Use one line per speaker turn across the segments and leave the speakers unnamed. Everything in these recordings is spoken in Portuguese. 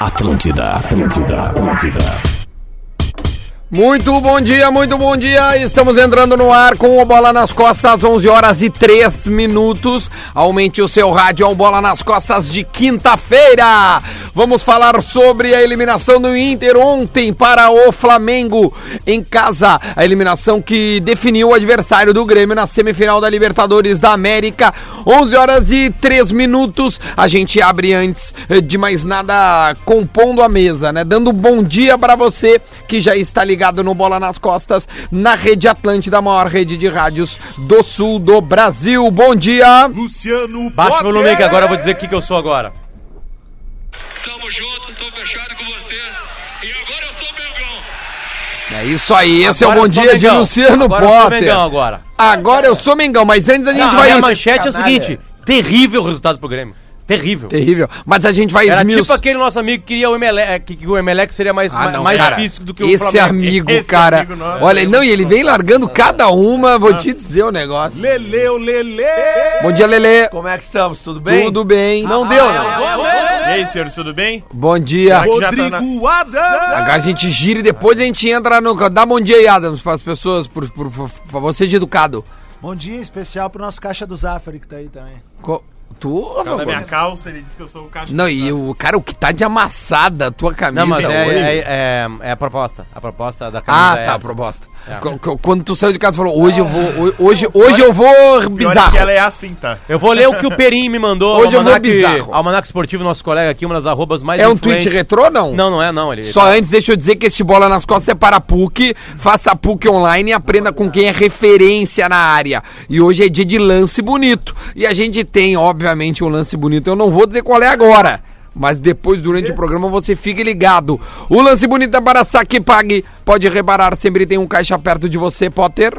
Atlântida, Atlântida, Atlântida.
Muito bom dia, muito bom dia. Estamos entrando no ar com o Bola nas Costas, 11 horas e 3 minutos. Aumente o seu rádio ao Bola nas Costas de quinta-feira. Vamos falar sobre a eliminação do Inter ontem para o Flamengo em casa. A eliminação que definiu o adversário do Grêmio na semifinal da Libertadores da América. 11 horas e 3 minutos. A gente abre antes eh, de mais nada compondo a mesa, né? Dando um bom dia para você que já está ligado no Bola nas Costas, na Rede Atlântida, a maior rede de rádios do sul do Brasil. Bom dia!
Luciano
Baixa o volume aí que agora eu vou dizer o que, que eu sou agora.
Tamo junto, tô fechado com vocês. E agora eu sou Belgão.
É isso aí, esse é o
Agora eu
bom
sou
dia de
Mengão.
Luciano
agora Eu sou
Potter.
Mengão agora.
Agora eu sou Mengão, mas antes a gente
Não, a
vai.
minha manchete é o seguinte: terrível o resultado pro Grêmio. Terrível.
Terrível. Mas a gente vai
Era
esmiuçar-
tipo aquele nosso amigo que queria o Emelec, é, que- que o Emelec seria mais,
Ah, não,
mais
cara,
difícil do que o
esse
Flamengo.
amigo,
Esse
cara.
amigo nosso.
olha, não, e ele vem largando cada uma,
Ah.
vou te dizer o negócio.
Leleu, Lele.
Bom dia, Lelê.
Como é que estamos? Tudo bem?
Tudo bem? Ah,
Não deu, né?
Ah, E aí, senhores, tudo bem?
Bom dia.
tá
Rodrigo Adams.
Agora a gente gira e depois a gente entra no. Dá bom dia aí, Adams, para as pessoas, por, por, por favor, seja educado.
Bom dia em especial pro nosso caixa do Zafari que tá aí também.
Co- Tu,
Tá
Na minha
Vagones?
calça, ele disse que eu sou o caixa.
Não, e o cara, o que tá de amassada a tua camisa.
Não, mas é,
hoje.
é, é- é a proposta. A proposta da camisa
Ah,
é
tá, a
essa.
proposta.
É. Ah.
Qu- qu- Quando tu saiu de casa, falou, hoje eu vou, ho- hoje, hoje eu vou
Pior
bizarro.
que ela é assim, tá?
Eu vou ler o que o Perim me mandou.
Hoje eu vou
Almanac-
bizarro.
Almanac Esportivo, nosso colega aqui, uma das arrobas mais
É um
influentes.
tweet retrô, não?
Não, não é não. Ele,
Só antes, deixa eu dizer que este Bola nas Costas é para a PUC. Faça a PUC online e aprenda com quem é referência na área. E hoje é dia de lance bonito. E a gente tem, obviamente, um lance bonito. Eu não vou dizer qual é agora. Mas depois, durante o programa, você fique ligado. O lance bonito é para saque pague. Pode reparar, sempre tem um caixa perto de você, Potter.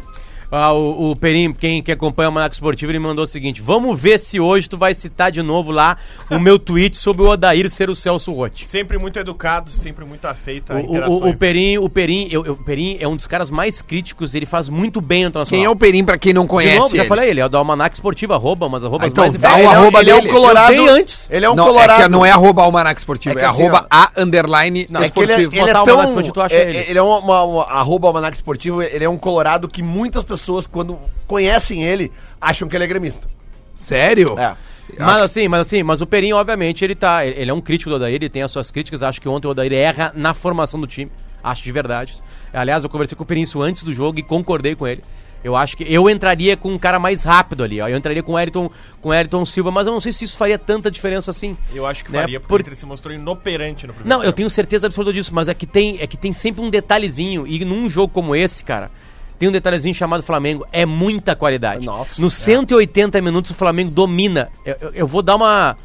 Ah, o, o Perim, quem que acompanha o Manac Esportivo, ele mandou o seguinte: vamos ver se hoje tu vai citar de novo lá o meu tweet sobre o Odair ser o Celso Rotti.
Sempre muito educado, sempre muito
O,
afeito
o,
a
o- o
Tá, interações.
Perim, o Perim, eu, eu- o Perim é um dos caras mais críticos, ele faz muito bem o
Quem é
Internacional.
o Perim, para quem não conhece?
de novo, já
ele?
falei, ele é o do Almanac Esportivo, arroba, mas arroba
Ah, então dá
Ele,
o
é,
arroba
ele é
dele.
um colorado.
Eu dei antes.
Ele é um
não,
colorado.
É que não é arroba almanac esportivo, é,
É que assim,
arroba
ó.
a underline
Não,
É que ele é,
esportivo,
ele é
botar o
tão,
Almanac Esportivo, tu acha
é,
ele.
ele. é uma, uma, uma arroba Almanac Esportivo, ele é um colorado que muitas pessoas, quando conhecem ele, acham que ele é gremista.
Sério?
É.
Mas assim, mas assim, mas o Perim, obviamente, ele tá. Ele ele é um crítico do Odair, ele tem as suas críticas. Acho que ontem o Odair erra na formação do time. Acho de verdade. Aliás, eu conversei com o Perim isso antes do jogo e concordei com ele. Eu acho que eu entraria com um cara mais rápido ali, ó. Eu entraria com o Ayrton, com o Ayrton Silva, mas eu não sei se isso faria tanta diferença assim.
Eu acho que
né,
faria, porque
por-
ele se mostrou inoperante no primeiro
Não, eu tenho certeza absoluta disso, mas é que tem, é que tem sempre um detalhezinho e num jogo como esse, cara, tem um detalhezinho chamado Flamengo, é muita qualidade.
Nossa.
Nos 180 minutos o Flamengo domina. Eu, eu- eu vou dar uma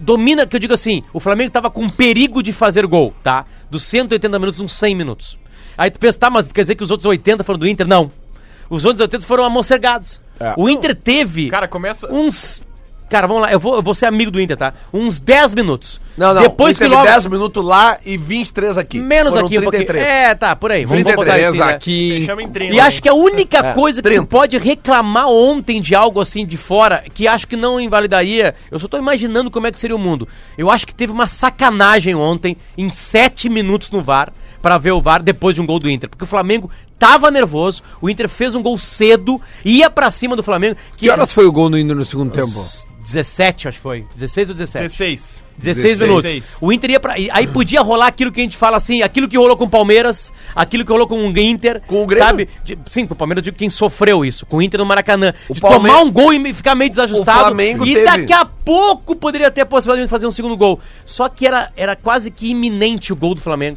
domina que eu digo assim, o Flamengo tava com perigo de fazer gol, tá? Dos 180 minutos uns 100 minutos. Aí tu pensa, tá, mas quer dizer que os outros 80 foram do Inter? Não. Os outros 80 foram amocegados.
É.
O Inter teve
Cara, começa...
uns Cara, vamos lá, eu vou, eu vou ser amigo do Inter, tá? Uns 10 minutos.
Não, não.
Depois que
teve
logo
10 minutos lá e 23 aqui.
Menos
Foram
aqui um pouquinho.
33.
É, tá, por aí. Vamos, vamos botar
33
assim, né?
aqui.
Chama em treino.
E acho que a única
É,
coisa que se
30.
pode reclamar ontem de algo assim de fora, que acho que não invalidaria, eu só tô imaginando como é que seria o mundo. Eu acho que teve uma sacanagem ontem, em sete minutos no VAR, pra ver o VAR depois de um gol do Inter. Porque o Flamengo tava nervoso, o Inter fez um gol cedo, ia pra cima do Flamengo.
Que horas foi o gol no Indo no segundo tempo?
17, acho que foi. 16 ou 17?
16.
16 minutos. O Inter ia pra. e Aí podia rolar aquilo que a gente fala assim, aquilo que rolou com o Palmeiras, aquilo que rolou com o Inter.
Com o Grêmio?
Sabe? De- sim, com o Palmeiras, eu digo quem sofreu isso, com o Inter no Maracanã.
O
de
Palme-
tomar um gol e me- ficar meio desajustado.
O Flamengo
e
teve.
daqui a pouco poderia ter a possibilidade de fazer um segundo gol. Só que era, era quase que iminente o gol do Flamengo.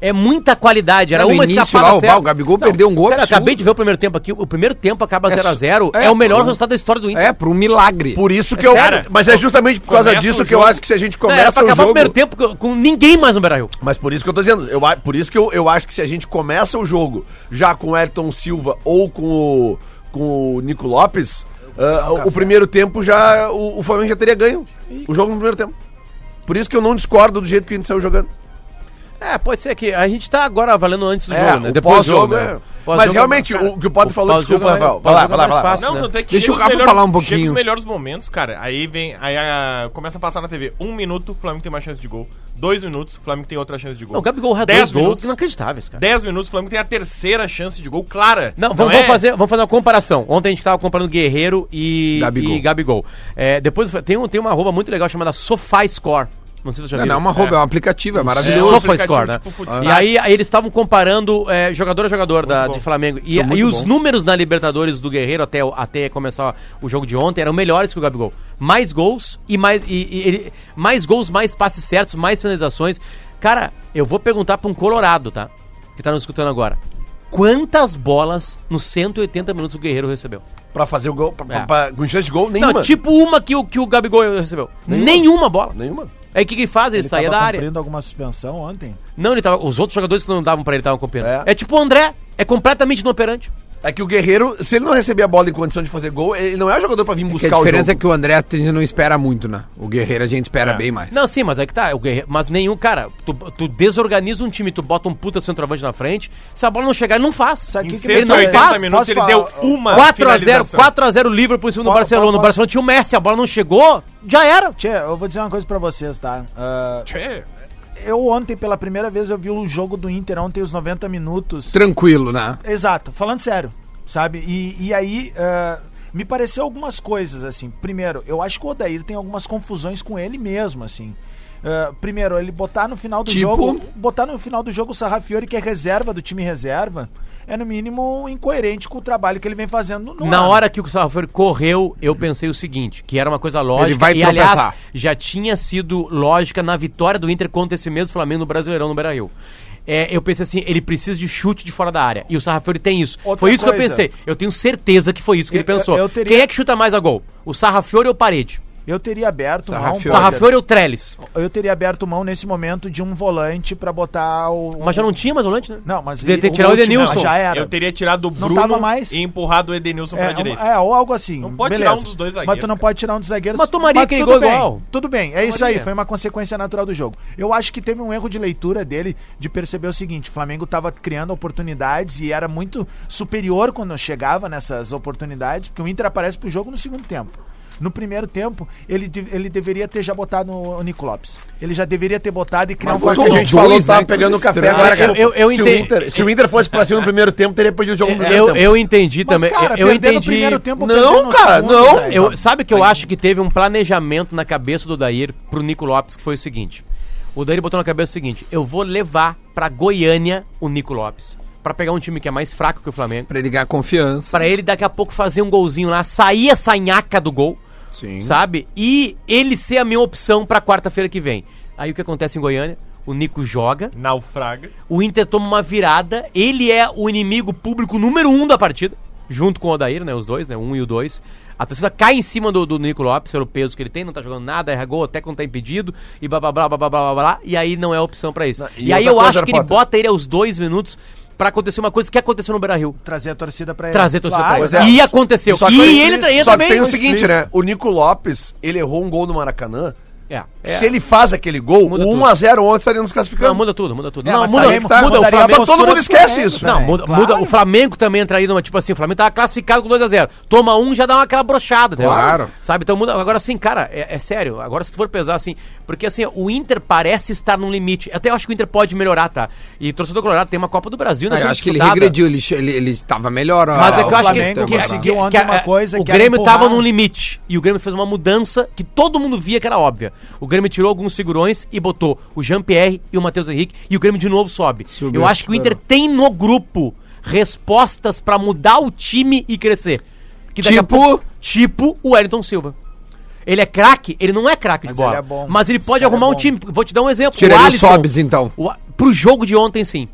É muita qualidade, era
Não, no
uma
início
escapada
lá, o
certa.
Bal- o Gabigol perdeu um gol
Cara, eu
absurdo.
acabei de ver o primeiro tempo aqui. O primeiro tempo acaba
É
0x0.
su-
É,
é,
o melhor
não.
resultado da história do Inter.
É, por um milagre.
Por isso que eu.
sério?
Mas é justamente por causa
Começa o
disso que eu
jogo.
acho que se a gente
Não, era
começa
pra
o
acabar o,
jogo.
primeiro tempo com, com ninguém mais no Beira-Rio.
Mas por isso que eu tô dizendo, eu, a- por isso que eu, eu acho que se a gente começa o jogo já com o Ayrton Silva ou com o, com o Nico Lopes, ah, o, o primeiro tempo já. O, o Flamengo já teria ganho o jogo no primeiro tempo. Por isso que eu não discordo do jeito que a gente saiu jogando.
É, pode ser que a gente tá agora avaliando antes do
É,
jogo, né?
o
Depois do jogo,
pós-jogo é-
né?
Mas realmente, o que o Potter falou, desculpa, Rafael.
Vai
Vai lá,
lá,
vai lá, vai lá.
né?
Não, tanto é que
Deixa
chega
o
os
Rafa
melhores-
falar um pouquinho.
Chega os melhores momentos, cara. Aí vem. Aí ah, começa a passar na TV. Um minuto, o Flamengo tem mais chance de gol. Dois minutos, o Flamengo tem outra chance de gol.
Não, o Gabigol erra
Dez
dois gols
minutos.
inacreditáveis, cara.
10 minutos, o Flamengo tem a terceira chance de gol clara.
Não, vamos,
é-
vamos fazer, vamos fazer uma comparação. Ontem a gente tava comparando Guerreiro e
Gabigol.
Gabigol. E Gabigol. É, depois tem, um, tem uma arroba muito legal chamada SofaScore. Não sei se você já
Não,
viu.
não é uma roupa, é um aplicativo, é maravilhoso.
É,
Só foi score, né?
aplicativo tipo futsal.
e aí, aí eles estavam comparando é, jogador a jogador da, do Flamengo. E,
São muito
e os
bons.
números na Libertadores do Guerreiro até, o- até começar o jogo de ontem eram melhores que o Gabigol. Mais gols e mais. E, e ele- mais gols, mais passes certos, mais finalizações. Cara, eu vou perguntar pra um Colorado, tá? Que tá nos escutando agora. Quantas bolas nos 180 minutos o Guerreiro recebeu?
Pra fazer o gol, pra, pra-
É.
pra- com chance de gol,
Não,
nenhuma.
tipo uma que o, que o Gabigol recebeu. Nenhuma, bola.
Nenhuma.
Aí o que, que ele faz? Ele,
Ele
saía
tava
da área.
cumprindo alguma suspensão ontem?
Não, ele tava. Os outros jogadores que não davam pra ele estavam acompanhando.
É.
É. tipo o André, é completamente inoperante.
É que o Guerreiro, se ele não receber a bola em condição de fazer gol, ele não é jogador pra vir
Porque
buscar
a diferença
o
é que o André a gente não espera muito, né? O Guerreiro a gente espera bem mais.
Não, sim, mas é que tá. O Guerreiro, mas nenhum. Cara, tu, tu desorganiza um time, tu bota um puta centroavante na frente. Se a bola não chegar, ele não faz.
Sabe
Em
que que
ele não
180
faz?
minutos,
Posso
ele
falar?
deu uma
4x0,
finalização.
4x0 livre por cima do
Posso-
Barcelona.
posso-
O Barcelona tinha o Messi, a bola não chegou, já era.
Tchê, eu vou dizer uma coisa pra vocês, tá? Ah,
Tchê.
eu ontem, pela primeira vez, eu vi o jogo do Inter ontem, os 90 minutos.
Tranquilo, né?
Exato, falando sério, sabe? E, e aí, ah, me pareceu algumas coisas, assim. Primeiro, eu acho que o Odair tem algumas confusões com ele mesmo, assim. Ah, primeiro, ele botar no final do
Tipo?
jogo. Botar no final do jogo o Sarrafiori, que é reserva do time reserva, é no mínimo incoerente com o trabalho que ele vem fazendo no
Na
ano.
hora que o Sarrafiori correu, eu pensei o seguinte, que era uma coisa lógica.
Ele vai
e, aliás,
tropeçar.
já tinha sido lógica na vitória do Inter contra esse mesmo Flamengo no Brasileirão no Beira-Rio. É, eu pensei assim, ele precisa de chute de fora da área. E o Sarrafiori tem isso.
Outra
foi isso que eu
coisa.
pensei. Eu tenho certeza que foi isso que ele
Eu-
pensou.
eu teria-
Quem é que chuta mais a gol? O Sarrafiori ou o Parede?
Eu teria aberto mão,
Sarrafiori.
brother.
Sarrafiori ou o Trellis?
Eu teria aberto mão nesse momento de um volante pra botar o.
Mas já não tinha mais volante, né?
Não, mas.
Devia ter
o
tirado o
último,
Edenilson.
Já é era.
Eu teria tirado o
Não
Bruno
tava mais.
e empurrado o Edenilson pra
É,
direita.
um- é, ou algo assim.
Não pode tirar um dos dois
Mas
zagueiros,
tu não
cara.
pode tirar um dos zagueiros.
Mas tomaria aquele
tudo
gol
bem,
igual.
Tudo bem, é isso
Tomaria.
aí. Foi uma consequência natural do jogo. Eu acho que teve um erro de leitura dele de perceber o seguinte: o Flamengo estava criando oportunidades e era muito superior quando chegava nessas oportunidades, porque o Inter aparece pro jogo no segundo tempo. No primeiro tempo, ele, de- ele deveria ter já botado o Nico Lopes. Ele já deveria ter botado e criado
Mas
um
botou os
jogo. A
quarto.
gente
dois,
falou que tava
né?
pegando o
Coisa
café
estranha.
agora, cara.
Eu- eu- eu
se,
entendi. É,
O Inter, se o Inter fosse pra cima no primeiro tempo, teria perdido o jogo no primeiro
Eu,
tempo.
eu entendi
Mas,
também.
cara,
eu eu
perdendo o
entendi.
primeiro tempo,
Não,
perdendo no
cara,
segundo,
não.
Zé.
Eu, sabe que eu acho que teve um planejamento na cabeça do Dair pro Nico Lopes, que foi o seguinte. O Dair botou na cabeça o seguinte: eu vou levar pra Goiânia o Nico Lopes. Pra pegar um time que é mais fraco que o Flamengo.
Pra ele ganhar confiança.
Pra ele daqui a pouco fazer um golzinho lá, sair essa nhaca do gol,
Sim.
sabe? E ele ser a minha opção pra quarta-feira que vem. Aí o que acontece em Goiânia? O Nico joga,
Naufraga.
o Inter toma uma virada. Ele é o inimigo público número um da partida. Junto com o Odair, né? Os dois, né? Um e o dois. A torcida cai em cima do, do Nico Lopes, pelo peso que ele tem, não tá jogando nada, erra gol até quando tá impedido, e blá blá blá blá blá blá blá, blá e aí não é opção pra isso.
Não, e
e aí
outra
eu
coisa,
acho que ele
Potter.
bota ele aos dois minutos pra acontecer uma coisa que aconteceu no Beira Rio.
Trazer a torcida pra ele.
Trazer a torcida
Claro,
pra
Pois
ele.
é.
E aconteceu.
Só que-
e ele entra, entra
Só que
bem.
tem o seguinte, né? O Nico Lopes, ele errou um gol no Maracanã.
É, é.
Se ele faz aquele gol,
Muda
o
tudo.
1x0 ontem estaria nos classificando.
Não, muda tudo, muda tudo.
É,
não,
mas
tá
muda,
também
muda,
mudaria
o
a
Flamengo. né?
postura
todo mundo
do
esquece
Flamengo
isso.
também.
Não,
É,
muda,
Claro.
muda- O Flamengo também entraria numa, tipo assim, o Flamengo tava classificado com 2x0. Toma um, já dá uma, aquela brochada, entendeu?
Claro.
Sabe? Então muda. Agora sim, cara, é, é sério. Agora se tu for pesar assim. Porque assim, o Inter parece estar num limite. Até eu acho que o Inter pode melhorar, tá? E torcedor colorado tem uma Copa do Brasil,
Ah,
né?
eu
sendo
acho que ele
disputada.
regrediu, ele, che- ele, ele tava melhor.
Mas
ah,
é que
o
eu acho que,
Flamengo
que,
temporada.
conseguiu
que-
ontem
que-
uma coisa
O
que era
Grêmio
empurrar.
tava num limite. E o Grêmio fez uma mudança que todo mundo via que era óbvia. O Grêmio tirou alguns figurões e botou o Jean-Pierre e o Matheus Henrique. E o Grêmio de novo sobe.
Subiu,
Eu acho que o Inter tem no grupo respostas pra mudar o time e crescer. Que daqui a
Tipo?
pouco- tipo o Wellington Silva. Ele é craque, ele não é craque de
Mas
bola.
ele é bom.
Mas ele
Esse
pode
cara é
arrumar um
bom.
time. Vou te dar um exemplo.
Tira ele Sobs, então.
o A- pro jogo de ontem, sim.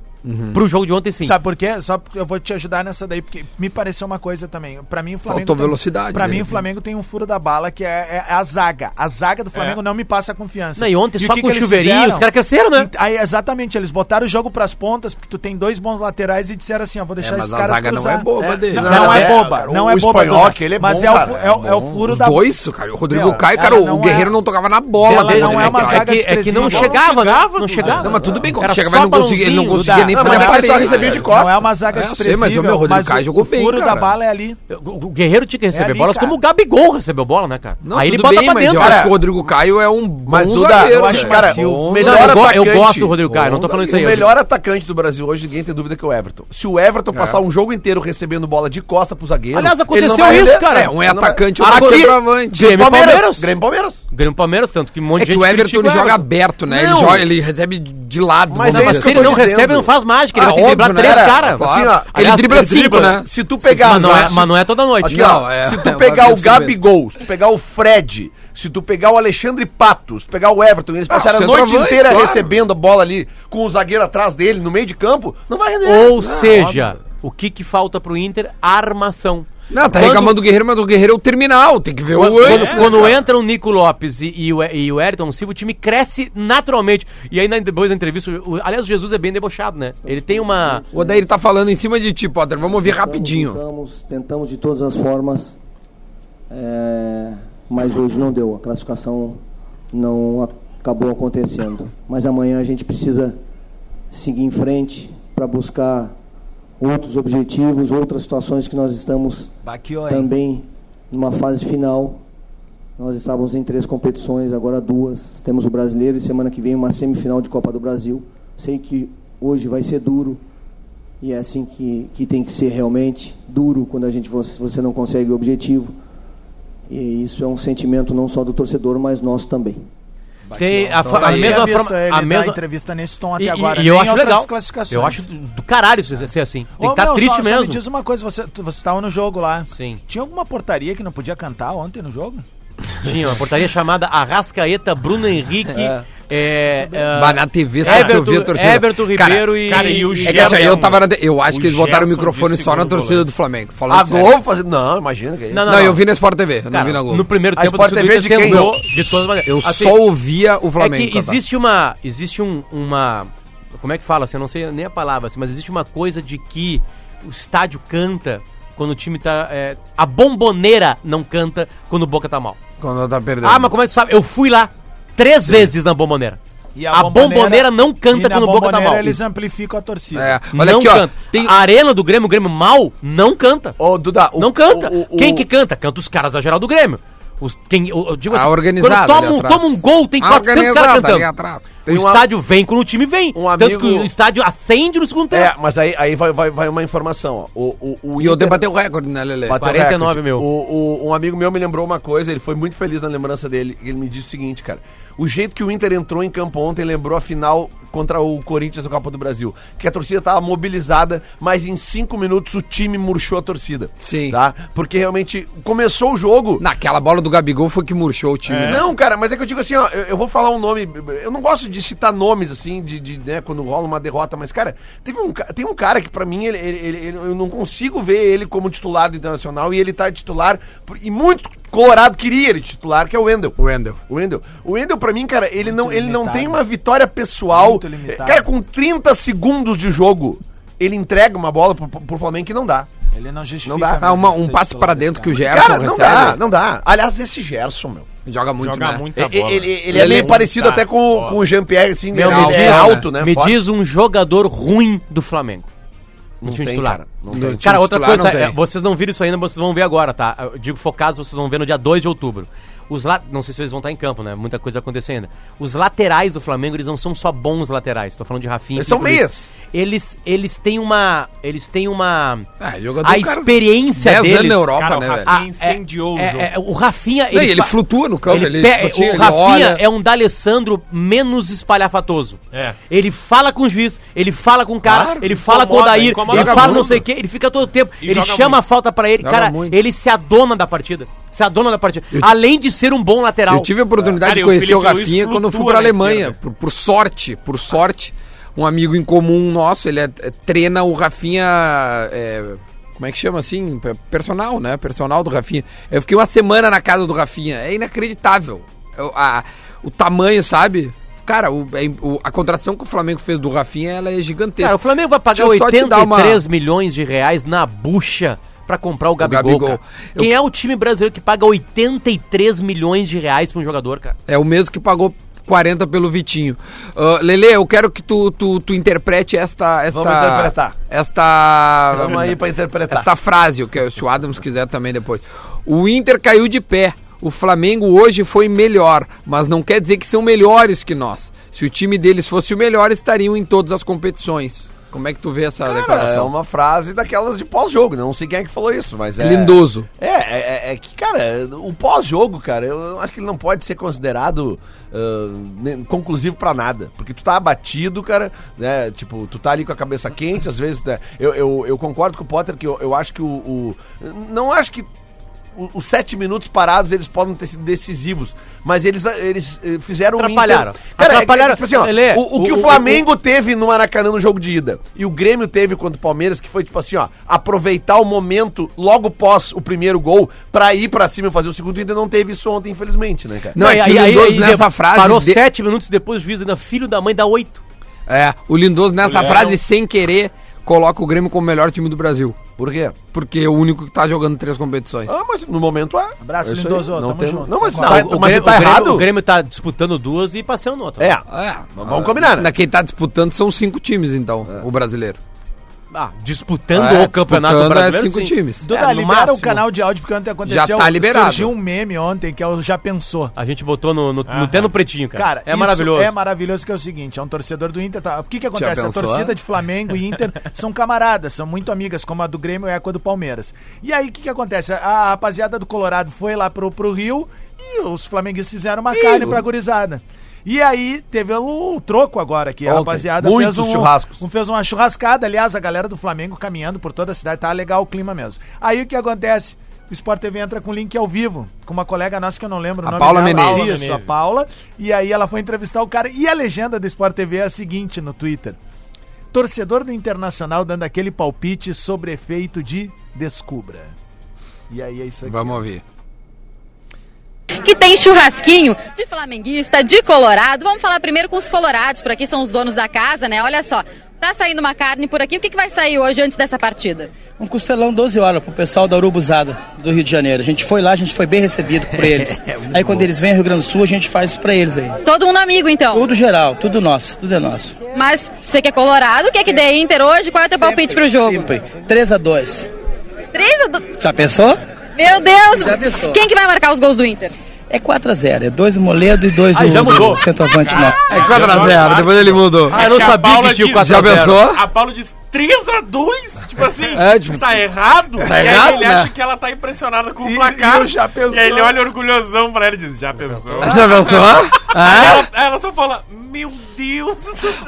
Pro jogo de ontem, sim.
Uhum. Sabe por quê? Só porque eu vou te ajudar nessa daí, porque me pareceu uma coisa também. Pra mim, o Flamengo.
Faltou
tem- um-
velocidade,
Pra
né?
mim, o Flamengo tem um furo da bala que é, é a zaga. A zaga do Flamengo não me passa
É.
confiança.
Não, e ontem
o
só
que
com
que eles
chuveirinho,
fizeram?
os caras cresceram, né?
Ent- Aí, exatamente, eles botaram o jogo pras pontas, porque tu tem dois bons laterais e disseram assim: ó, vou deixar
É, mas
esses
a
caras
zaga não
cruzar.
é boba dele.
Não,
Não,
não é,
é,
boba,
cara,
não
o
é boba.
espanhol,
Duda.
que ele é
mas
bom,
é o,
cara,
fu- é, o- é o
Bom,
furo
os
da
dois, cara. O Rodrigo
Meu,
Caio, cara,
ela
o
não
Guerreiro
é-
não tocava na bola.
Ela
do
não
Rodrigo
é uma
Caio.
zaga
é que, é que não
desprezível.
chegava, né?
Não chegava,
Não
Duda.
chegava.
Não, mas tudo bem, quando
Era
chegava
só
ele não conseguia, ele não
balãozinho,
conseguia
Duda.
nem
Ah,
fazer
mas é que ele só
parede,
recebeu de
cara.
costas.
Não é uma zaga
É, eu sei,
desprezível.
mas o meu Rodrigo Caio jogou bem,
O furo
cara.
da bala é ali.
O o Guerreiro tinha que receber
ali,
bolas
cara.
como o Gabigol recebeu bola, né, cara?
É, Não,
Aí ele
tudo
bota
bem,
pra
mas
dentro.
Eu acho
cara.
que o Rodrigo Caio é um bom
Mas, Duda, eu acho,
velho.
cara,
Bom
o
Não,
melhor
eu, go- eu
atacante.
gosto do Rodrigo Caio, não tô falando isso aí.
o
eu-
melhor atacante do Brasil hoje, ninguém tem dúvida que é o Everton. Se o
É.
Everton passar um jogo inteiro recebendo bola de costa pro zagueiro.
Aliás,
ele não
aconteceu
vai
isso,
render.
cara.
É, um é
Ele não vai-
atacante,
Aqui,
outro é centroavante.
Grêmio e
Palmeiras.
Palmeiras.
Grêmio e Palmeiras.
Grêmio e Palmeiras, tanto que um monte
É
de
que o Everton
critica
ele joga
Everton.
aberto, né? Ele
Não.
joga, ele recebe de lado.
Não,
Mas
vamos
mas
é isso
dizer. assim.
se
que eu
ele
tô
não
dizendo.
recebe, não faz mágica. Ele
Ah,
vai ter que driblar
óbvio, né,
três
cara?
caras.
Claro.
Assim, ó,
Aliás,
ele dribla
ele
cinco,
dribla,
né?
né?
Se tu pegar
Mas não, é,
as-
mas não é toda noite.
Aqui,
cara.
Não,
ó,
é.
se tu
Uma
pegar
vez
o
por mês.
Gabigol, se tu pegar o Fred, se tu pegar o Alexandre Pato, se tu pegar o Everton, eles passaram a noite
Ah, centroavante,
inteira
claro.
recebendo a bola ali com o zagueiro atrás dele, no meio de campo, não vai render.
Ou
Não,
seja,
óbvio.
o que que falta pro Inter? Armação.
Não, tá
Quando-
reclamando do Guerreiro, mas o Guerreiro é o terminal. Tem que ver
Quando,
o
quando,
antes. né,
quando
cara?
entra o Nico Lopes e, e o, e o Ayrton Silva, o time cresce naturalmente. E aí, na- depois da entrevista, o- aliás, o Jesus é bem debochado, né? Ele tem uma.
O Odair tá falando em cima de ti, Potter. Vamos ouvir
Tentamos,
rapidinho.
Tentamos, tentamos de todas as formas, é, mas hoje não deu. A classificação não acabou acontecendo. Mas amanhã a gente precisa seguir em frente para buscar outros objetivos, outras situações que nós estamos
Baqueou, hein?
também numa fase final. Nós estávamos em três competições, agora duas. Temos o brasileiro e semana que vem uma semifinal de Copa do Brasil. Sei que hoje vai ser duro e é assim que, que tem que ser realmente duro quando a gente você você não consegue o objetivo. E isso é um sentimento não só do torcedor, mas nosso também.
Tem
Então
a, fa-
Tá
Então, a
aí.
mesma forma.
Ele
A
a
mesma,
entrevista nesse tom até
e, e-
agora.
e eu
nem
acho
outras
legal.
classificações.
Eu acho do, do caralho isso ser assim. Tem
Ô,
que tá
meu,
triste
só, Só me
mesmo.
diz uma coisa, você, tu- você tava no jogo lá.
Sim.
Tinha alguma portaria que não podia cantar ontem no jogo?
Tinha uma portaria chamada Arrascaeta, Bruno Henrique. é, é,
Bah, na TV, só se
Everton,
ouvir a torcida.
Everton
Cara,
Ribeiro e,
cara, e assim, o
É que
Gerson.
isso aí eu
né?
tava na... te- Eu acho
O
que eles botaram o
Gerson de
microfone só na
segundo
torcida
volante.
do Flamengo. Falando
A
sério.
Globo fazendo. Ah, Não, imagina que é isso.
Ah, Não,
Não, eu vi na Sport TV, eu não
Cara,
vi na Globo.
No primeiro
A
tempo
Sport
é
TV de quem?
tentou, de todas as maneiras.
Eu
Assim,
só ouvia o
é
Flamengo.
que
cantar.
existe uma existe um- uma como é que fala? Assim, eu não sei nem a palavra, assim, mas existe uma coisa de que o estádio canta quando o time tá é, a bomboneira não canta quando o Boca tá mal.
Quando tá perdendo.
Ah, mas como é que tu sabe? Eu fui lá três vezes na bomboneira.
E
a, bomboneira, não
e
canta
na
quando o Boca tá
Bombonera
mal.
Eles amplificam a torcida.
É, olha
não
aqui, ó.
canta. Ah,
Tem...
A arena do Grêmio, o Grêmio mal, não canta.
Ô, Duda, o-
não canta.
o- o-
quem
o-
que canta? Canta os caras da geral do Grêmio. Os, quem, eu, eu digo
A organizada
quando toma,
ali
um,
atrás.
toma um gol, tem 400 caras
organizada ali
cantando.
atrás.
Tem
o
um a-
estádio vem quando o time vem.
Um
tanto que
amigo-
o estádio acende no segundo
É,
tempo.
mas aí, aí vai, vai, vai uma informação, ó. O, o, o
E eu
Inter-
debateu o recorde, né, Lele?
Bateu
49
recorde.
mil.
O, o- um amigo meu me lembrou uma coisa, ele foi muito feliz na lembrança dele. Ele me disse o seguinte, cara. O jeito que o Inter entrou em campo ontem lembrou a final contra o Corinthians na Copa do Brasil. Que a torcida tava mobilizada, mas em cinco minutos o time murchou a torcida.
Sim.
Tá? Porque realmente começou o jogo.
Naquela bola do Gabigol foi que murchou o time. né?
Não, cara, mas é que eu digo assim, ó, eu, eu vou falar um nome. Eu não gosto de citar nomes, assim, de, de, né, quando rola uma derrota, mas, cara, teve um, ca- tem um cara que, pra mim, ele, ele- ele- ele- eu não consigo ver ele como titular do internacional e ele tá titular. por- E muito Colorado queria ele titular, que é o Wendel.
O Wendel.
O Wendel. O Wendel, pra mim, cara, ele, não, ele não
limitado.
tem uma vitória pessoal.
Muito limitado.
Cara, com 30 segundos de jogo, ele entrega uma bola pro, pro Flamengo que não dá.
Ele não justifica.
Não dá.
mesmo
Ah, uma-
ser
um passe
titular
pra
desse
dentro que o
cara.
Gerson
Cara, não dá, não dá. Aliás, esse Gerson, meu.
Joga muito,
Joga
né?
muita
Ele,
bola.
ele- ele é
Ele
meio
é
parecido
muita
até com,
bola.
com o Jean-Pierre, assim,
Meu,
ele
me
é
diz,
alto, né?
Me
Forte.
diz um jogador ruim do Flamengo.
Não
Um
tem,
time titular.
cara, não tem.
time
Cara, outra
titular
coisa,
não
é,
tem.
vocês não viram isso ainda, mas vocês vão ver agora, tá? Eu digo focados, vocês vão ver no dia 2 de outubro. Os la... Não sei se eles vão estar em campo, né? Muita coisa acontecendo. Os laterais do Flamengo, eles não são só bons laterais. Tô falando de Rafinha.
Eles
e Felipe
são meias.
Luiz. Eles, eles têm uma... Eles têm uma...
Ah, jogador,
a
cara,
experiência
10 anos
deles...
na Europa,
Cara, o
né,
Rafinha-
velho?
Ah,
incendiou o
é,
jogo.
é, o Rafinha...
Não, e ele
fa-
flutua no campo, ele,
ele pe-
tipo assim,
o
ele
Rafinha
olha.
é um D'Alessandro menos espalhafatoso.
É.
Ele fala com o juiz, ele fala com o cara,
Claro,
ele fala com o
incomoda,
Dair,
incomoda
ele fala
muito.
não sei o quê, ele fica todo o tempo,
E
ele
joga
chama a
muito.
falta pra ele,
Joga
cara,
muito.
ele se adona da partida. Se adona da partida. Além de ser um bom lateral.
Eu tive a oportunidade
Cara,
de
e o
conhecer o,
Felipe Luiz
Rafinha quando eu fui
flutua
pra
na
Alemanha.
esquerda.
Por, por sorte, por sorte, um amigo em comum nosso, ele é- é- treina o Rafinha. é, como é que chama assim? Pe- Personal, né? Personal do Rafinha. Eu fiquei uma semana na casa do Rafinha. É inacreditável. Eu- a- o tamanho, sabe? Cara, o- é im- o- a contratação que o Flamengo fez do Rafinha, ela é gigantesca.
Cara, o Flamengo vai pagar
Deixa eu só te dar
83
uma-
milhões de reais na bucha pra comprar o Gabigol.
Gabigol.
cara.
Eu-
Quem é o time brasileiro que paga 83 milhões de reais pra um jogador, cara?
É o mesmo que pagou 40 pelo Vitinho. Ah, Lele, eu quero que tu, tu, tu interprete esta. esta
Vamos interpretar.
Esta.
Vamos aí pra interpretar.
Esta frase, o que se o Adams quiser também depois. O Inter caiu de pé. O Flamengo hoje foi melhor, mas não quer dizer que são melhores que nós. Se o time deles fosse o melhor, estariam em todas as competições. Como é que tu vê essa
Cara, é
declaração?
uma frase daquelas de pós-jogo, né? não sei quem é que falou isso, mas é...
Lindoso.
É, é, é- é que, cara, o pós-jogo, cara, eu acho que ele não pode ser considerado ah, ne- conclusivo pra nada. Porque tu tá abatido, cara, né? Tipo, tu tá ali com a cabeça quente, às vezes, né? Eu, eu, eu concordo com o Potter que eu, eu acho que o, o- Não acho que. o- Os sete minutos parados, eles podem ter sido decisivos. Mas eles, eles eh, fizeram o Inter-
Atrapalharam.
Cara,
Atrapalharam.
atrapalharam. É, tipo assim, ó,
Lelê,
o, o que o,
o- o-
Flamengo. Flamengo teve no Maracanã no jogo de ida e o Grêmio teve contra o Palmeiras, que foi tipo assim, ó, aproveitar o momento logo pós o primeiro gol pra ir pra cima e fazer o segundo, e ainda não teve isso ontem, infelizmente, né, cara?
Não, é que o Lindoso nessa
de-
frase
Parou
de-
sete minutos depois, o juiz ainda, filho da mãe, dá oito.
É, o Lindoso nessa
Olharam.
um-
frase, sem querer, coloca o Grêmio como o melhor time do Brasil.
Por quê?
Porque é o único que tá jogando três competições.
Ah, mas no momento é.
Abraço,
É isso aí,
Lindoso,
Não,
tamo
tem...
junto.
não, mas,
Concordo.
tá-
o,
mas
Grêmio,
tá
o Grêmio-
errado.
o Grêmio tá disputando duas e passeando no outro.
É.
É.
Mas vamos combinar, né? É.
Na quem tá disputando são cinco times, então, o brasileiro.
Ah, disputando
É,
o campeonato
disputando é
brasileiro.
cinco
sim.
times.
Duda,
Duda,
no
libera
máximo.
o canal de áudio, porque ontem aconteceu.
é, Já tá liberado.
Surgiu um meme ontem, que é o Já Pensou.
A gente botou no, no, no até no pretinho, cara.
Ah, Cara,
é
isso
maravilhoso.
É maravilhoso que é o seguinte, é um torcedor do Inter, tá? O que que acontece? A
pensou?
torcida de Flamengo e Inter são camaradas, são muito amigas, como a do Grêmio é com a do Palmeiras. E aí o que que acontece? A rapaziada do Colorado foi lá pro, pro Rio e os flamenguistas fizeram uma carne pra gurizada. E aí teve o, o troco agora que a
Ontem,
rapaziada
muitos
fez um
churrascos.
um- fez uma churrascada, aliás, a galera do Flamengo caminhando por toda a cidade, tá legal o clima mesmo. Aí o que acontece? O Sport TV entra com um link ao vivo, com uma colega nossa que eu não lembro
A
o nome
Paula
dela.
Menezes.
Isso, a Paula. E aí ela foi entrevistar o cara. E a legenda do Sport TV é a seguinte no Twitter. Torcedor do Internacional dando aquele palpite sobre efeito de descubra. E aí é isso aqui.
Vamos ouvir.
que tem churrasquinho de flamenguista, de colorado. Vamos falar primeiro com os colorados, por aqui são os donos da casa, né? Olha só, tá saindo uma carne por aqui. O que, que vai sair hoje antes dessa partida?
Um costelão 12 horas pro pessoal da Urubuzada do Rio de Janeiro. A gente foi lá, a gente foi bem recebido por eles.
É,
aí quando eles vêm ao Rio Grande do Sul, a gente faz isso pra eles aí.
Todo mundo amigo, então.
Tudo geral, tudo nosso, tudo é nosso.
Mas você que é colorado, o que é que dê Inter hoje? Qual é o teu palpite pro jogo?
Sempre. 3 a 2
Três ou do...
Já pensou?
Meu
Já pensou.
Deus! Quem que vai marcar os gols do Inter?
É 4 a 0 É 2 do Moledo e 2 do,
Aí já mudou.
do centroavante nosso.
É 4x0, depois ele mudou.
né? Ah, eu não
É
que a
sabia
Paula
que tinha o
diz-
4 a
Já
0.
pensou?
A Paula diz 3x2? Tipo assim,
É, tipo,
tá errado? Tá
errado,
ele
né?
acha que ela tá impressionada com o
E-
placar.
e eu já pensou.
E aí ele olha orgulhosão pra ela e diz, já pensou?
Já pensou? É?
Ela, ela só fala, meu Deus.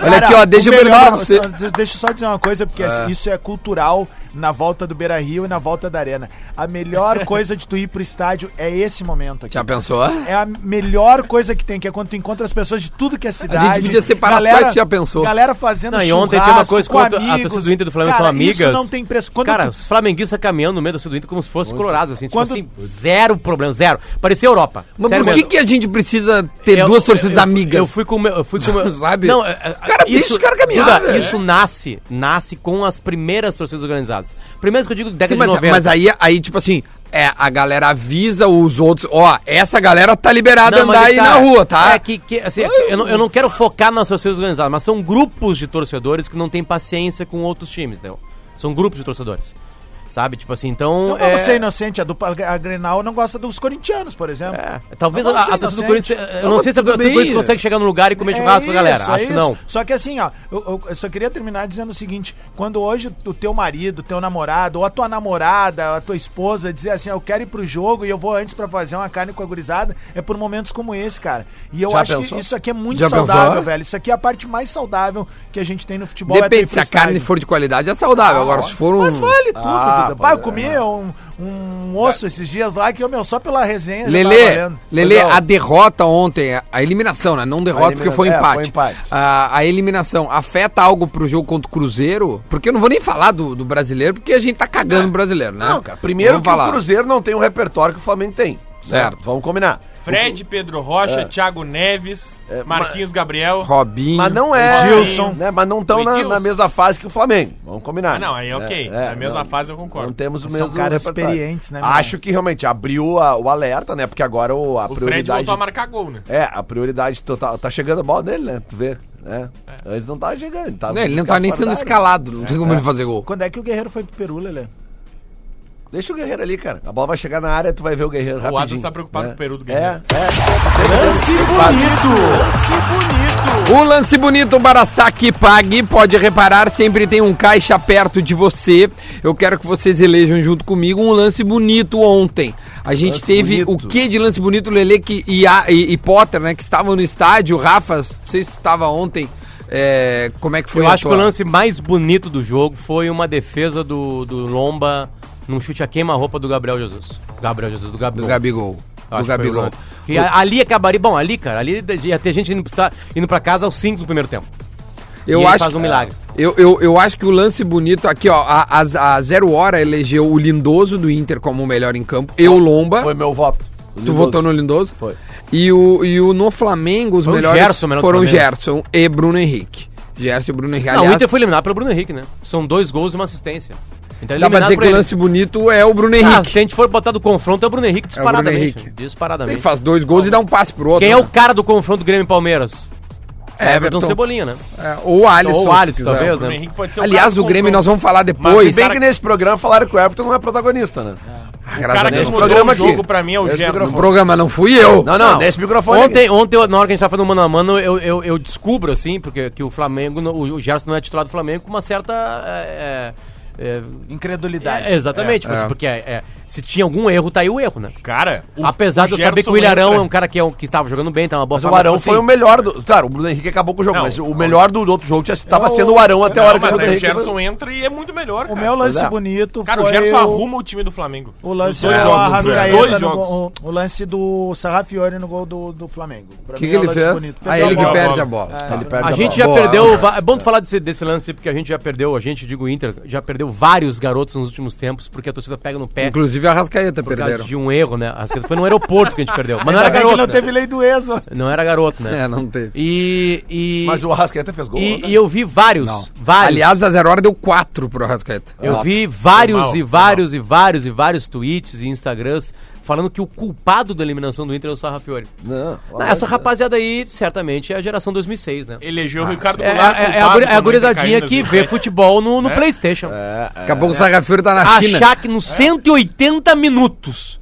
Olha aqui, ó, deixa
o
eu perguntar pra
melhor-
você.
só- de- Deixa eu só dizer uma coisa, porque isso é cultural na volta do Beira Rio e na volta da Arena. A melhor coisa de tu ir pro estádio é esse momento aqui.
Já pensou?
É a melhor coisa que tem, que é quando tu encontra as pessoas de tudo que é cidade.
devia separar só esse já pensou.
Galera fazendo
Não, e ontem
churrasco
tem uma coisa
com
quanto a
amigos.
torcida do Inter e do Flamengo
Cara,
são amigas.
Isso não tem preço. Quando
cara,
tu-
os flamenguistas caminhando no meio da torcida do Inter como se fossem colorados, assim,
Quando-
tipo assim, zero problema, zero. Parecia Europa.
Mas
Sério
por que,
mesmo.
que a gente precisa ter
Eu-
duas torcidas
eu- eu-
amigas?
Eu fui com o meu- eu fui com o meu-
Sabe?
Não, é- é-
Cara, deixa os caras caminhar,
Duda,
velho.
isso nasce, nasce com as primeiras torcidas organizadas. Primeiras que eu digo década
Sim, mas,
de 90.
mas aí, aí, tipo assim, é, a galera avisa os outros, ó, essa galera tá liberada a
Não, mas
andar
é
aí
que tá-
na rua, tá?
É que, que- assim, é que eu, não, eu não quero focar nas torcidas organizadas, mas são grupos de torcedores que não têm paciência com outros times, né? São grupos de torcedores. Sabe? Tipo assim, então.
Não
é-
vamos ser inocente, a dupla a Grenal não gosta dos corintianos, por exemplo.
É, talvez a,
Tá
Não vamos ser
a torcida do
inocente.
Corinthians. Eu não, sei se a
tudo
torcida do
bem.
Corinthians consegue chegar no lugar e comer churrasco com a galera.
É isso,
Acho que
isso.
não.
Só que assim, ó, eu, eu- eu só queria terminar dizendo o seguinte: quando hoje o teu marido, o teu namorado, ou a tua namorada, a tua esposa, dizer assim, ó, eu quero ir pro jogo e eu vou antes pra fazer uma carne com a gurizada, é por momentos como esse, cara. E eu
Já
acho
pensou?
que isso aqui é muito
Já
saudável,
pensou?
velho. Isso aqui é a parte mais saudável que a gente tem no futebol. é ter
Depende,
ir
se
pro
a carne
estádio.
for de qualidade é saudável. Agora, se for um.
Mas vale né?
Ah,
tudo, Duda. Pai, eu
pode-
comi um, um osso esses dias lá que, eu, meu, só pela resenha. já tava
Lele,
Tá valendo. é,
Lele,
Pois não.
a derrota ontem, a eliminação, né? Não derrota
elimina-
porque foi
é,
empate.
foi empate.
A, a eliminação afeta algo pro jogo contra o Cruzeiro? Porque eu não vou nem falar do, do brasileiro, porque a gente tá
Ah,
cagando o brasileiro, né?
Não, cara, primeiro
Vamos
que o Cruzeiro não tem o repertório que o Flamengo tem.
Certo.
Vamos combinar.
Fred, Pedro Rocha,
É.
Thiago Neves, Marquinhos Gabriel.
Robinho.
Mas não é.
Edilson.
Né? Mas não estão na,
Edilson.
na mesma fase que o Flamengo. Vamos combinar. né?
Ah, não, aí ok. Na mesma fase eu concordo.
É, Não temos o
São
mesmo.
caras
repertório.
experientes, né, meu?
Acho que realmente abriu a- o alerta, né? Porque agora o, a
O Fred
prioridade.
voltou a marcar gol, né?
É, a prioridade total. Tá chegando a bola dele, né? Tu vê. né?
É.
Antes não tava chegando. Tava
Ele não tá nem sendo escalado,
escalado.
não tem como ele fazer gol.
Quando é que o Guerreiro foi pro Peru, Lelê?
Deixa o Guerreiro ali, cara. A bola vai chegar na área, tu vai ver o Guerreiro
Adams
rapidinho.
tá preocupado
né?
com o peru do Guerreiro.
É, é. Lance
O lance bonito Barasaki Pague, pode reparar, sempre tem um caixa perto de você. Eu quero que vocês elejam junto comigo um lance bonito ontem. A gente
Lance
teve
bonito.
o que de lance bonito, Lele que, e, a- e- e Potter, né, que estavam no estádio. Rafa, não sei se tu estava ontem. é, como é que foi
Eu
a
acho que
tua-
o lance mais bonito do jogo foi uma defesa do, do Lomba num chute a queima-roupa do Gabriel Jesus. Gabriel Jesus, do
do
Gabigol.
Gabigol?
Eu
Do
acho que foi o
Gabigol.
lance. E a- ali acabaria. Bom, ali, cara, ali ia ter gente indo, pra estar- indo pra casa aos 5 do primeiro tempo.
Eu
E ele
acho É.
faz um milagre.
Eu, eu, eu acho que o lance bonito aqui, ó, a, a- a Zero Hora elegeu o Lindoso do Inter como o melhor em campo, eu Lomba.
é, Foi meu voto.
Tu votou no Lindoso?
Foi.
E o, e o no Flamengo, os
Foi o
melhores
Gerson, melhor do
foram
Flamengo.
Gerson e Bruno Henrique. Gerson e Bruno Henrique.
Não, o
Aliás,
Inter foi eliminado pelo Bruno Henrique, né? São dois gols e uma assistência. Então,
dá pra dizer que o
ele.
lance bonito é o Bruno
Ah,
Henrique.
se a gente for botar do confronto, é o Bruno Henrique
É o Bruno
disparadamente.
Henrique.
né?
Ele
Disparadamente.
faz dois gols e dá um passe pro outro.
Quem é
né?
o cara do confronto Grêmio e Palmeiras? É
Everton.
Everton Cebolinha, né?
É, ou o Alisson.
Ou o Alisson,
se quiser.
talvez,
Bruno
né?
Henrique pode ser um
Aliás,
cara
o
que
Grêmio
comprou.
nós vamos falar
Pois,
depois.
bem que nesse programa falaram que o Everton não é protagonista, né?
O cara
Nesse
que mudou
programa
o jogo
aqui.
pra mim é o
Nesse
O
Gerson.
programa não fui eu.
Não, não, nesse microfone.
Ontem, ontem, eu- na hora que a gente tava fazendo mano a mano, eu, eu, eu descubro, assim, porque que o Flamengo, não- o o Gerson não é titular do Flamengo com uma certa. é, é,
Incredulidade.
é, exatamente, mas
É.
porque é, é, se tinha algum erro, tá aí o erro, né?
Cara, o-
Apesar de eu saber que
Gerson
o Ilharão
entra.
é um cara que, é um, que tava jogando bem, tá uma boa
Mas o Arão
tipo
foi o
assim,
melhor do. Claro, o Bruno Henrique acabou com o jogo,
Não,
mas o
não.
melhor do outro jogo já estava sendo o Arão até a
Não,
hora que
mas
o Bruno
aí o
Henrique.
Gerson entra e é muito melhor,
O
cara.
meu lance
Pois é.
bonito
Cara, o
foi
Gerson arruma o time do Flamengo.
O lance
dois
do
jogos,
Arrascaeta,
os dois
no
jogos.
gol- o, o lance do Sarrafiore no gol do, do Flamengo. é
O que, que ele fez? Ah,
a
ele que
bola,
perde
bola.
a bola.
Ele perde
É. A
a
gente
bola.
já
um Boa.
perdeu. va- É bom tu falar desse, desse lance, porque a gente já perdeu, a gente, digo o Inter, já perdeu vários garotos nos últimos tempos, porque a torcida pega no pé.
Inclusive a Rascaeta
É. por causa
perderam.
de um erro, né? As- Foi no aeroporto que a gente perdeu. Mas não
Ainda
era
bem que
garoto.
não
né?
teve lei do ex, ó.
Não era garoto, né?
É, não teve.
E. e
Mas o Arrasqueta fez gol. né?
e,
ontem.
e eu vi vários,
Não.
vários.
Aliás, a Zero Hora deu quatro pro Rascaeta.
eu vi vários
Foi mal,
e
foi
vários e vários e vários tweets e Instagrams falando que o culpado da eliminação do Inter é o Sarrafiori.
Não,
Ah, Essa rapaziada aí, certamente, é a geração 2006, né?
Ah,
Elegeu o Ricardo
É, é,
Goulart.
é a,
culpado
guri- é a
também,
gurizadinha
tá caindo,
que
viu?
vê futebol no, no
É.
PlayStation.
Daqui a pouco o Sarrafiori tá na China.
É. achar que nos 180 minutos,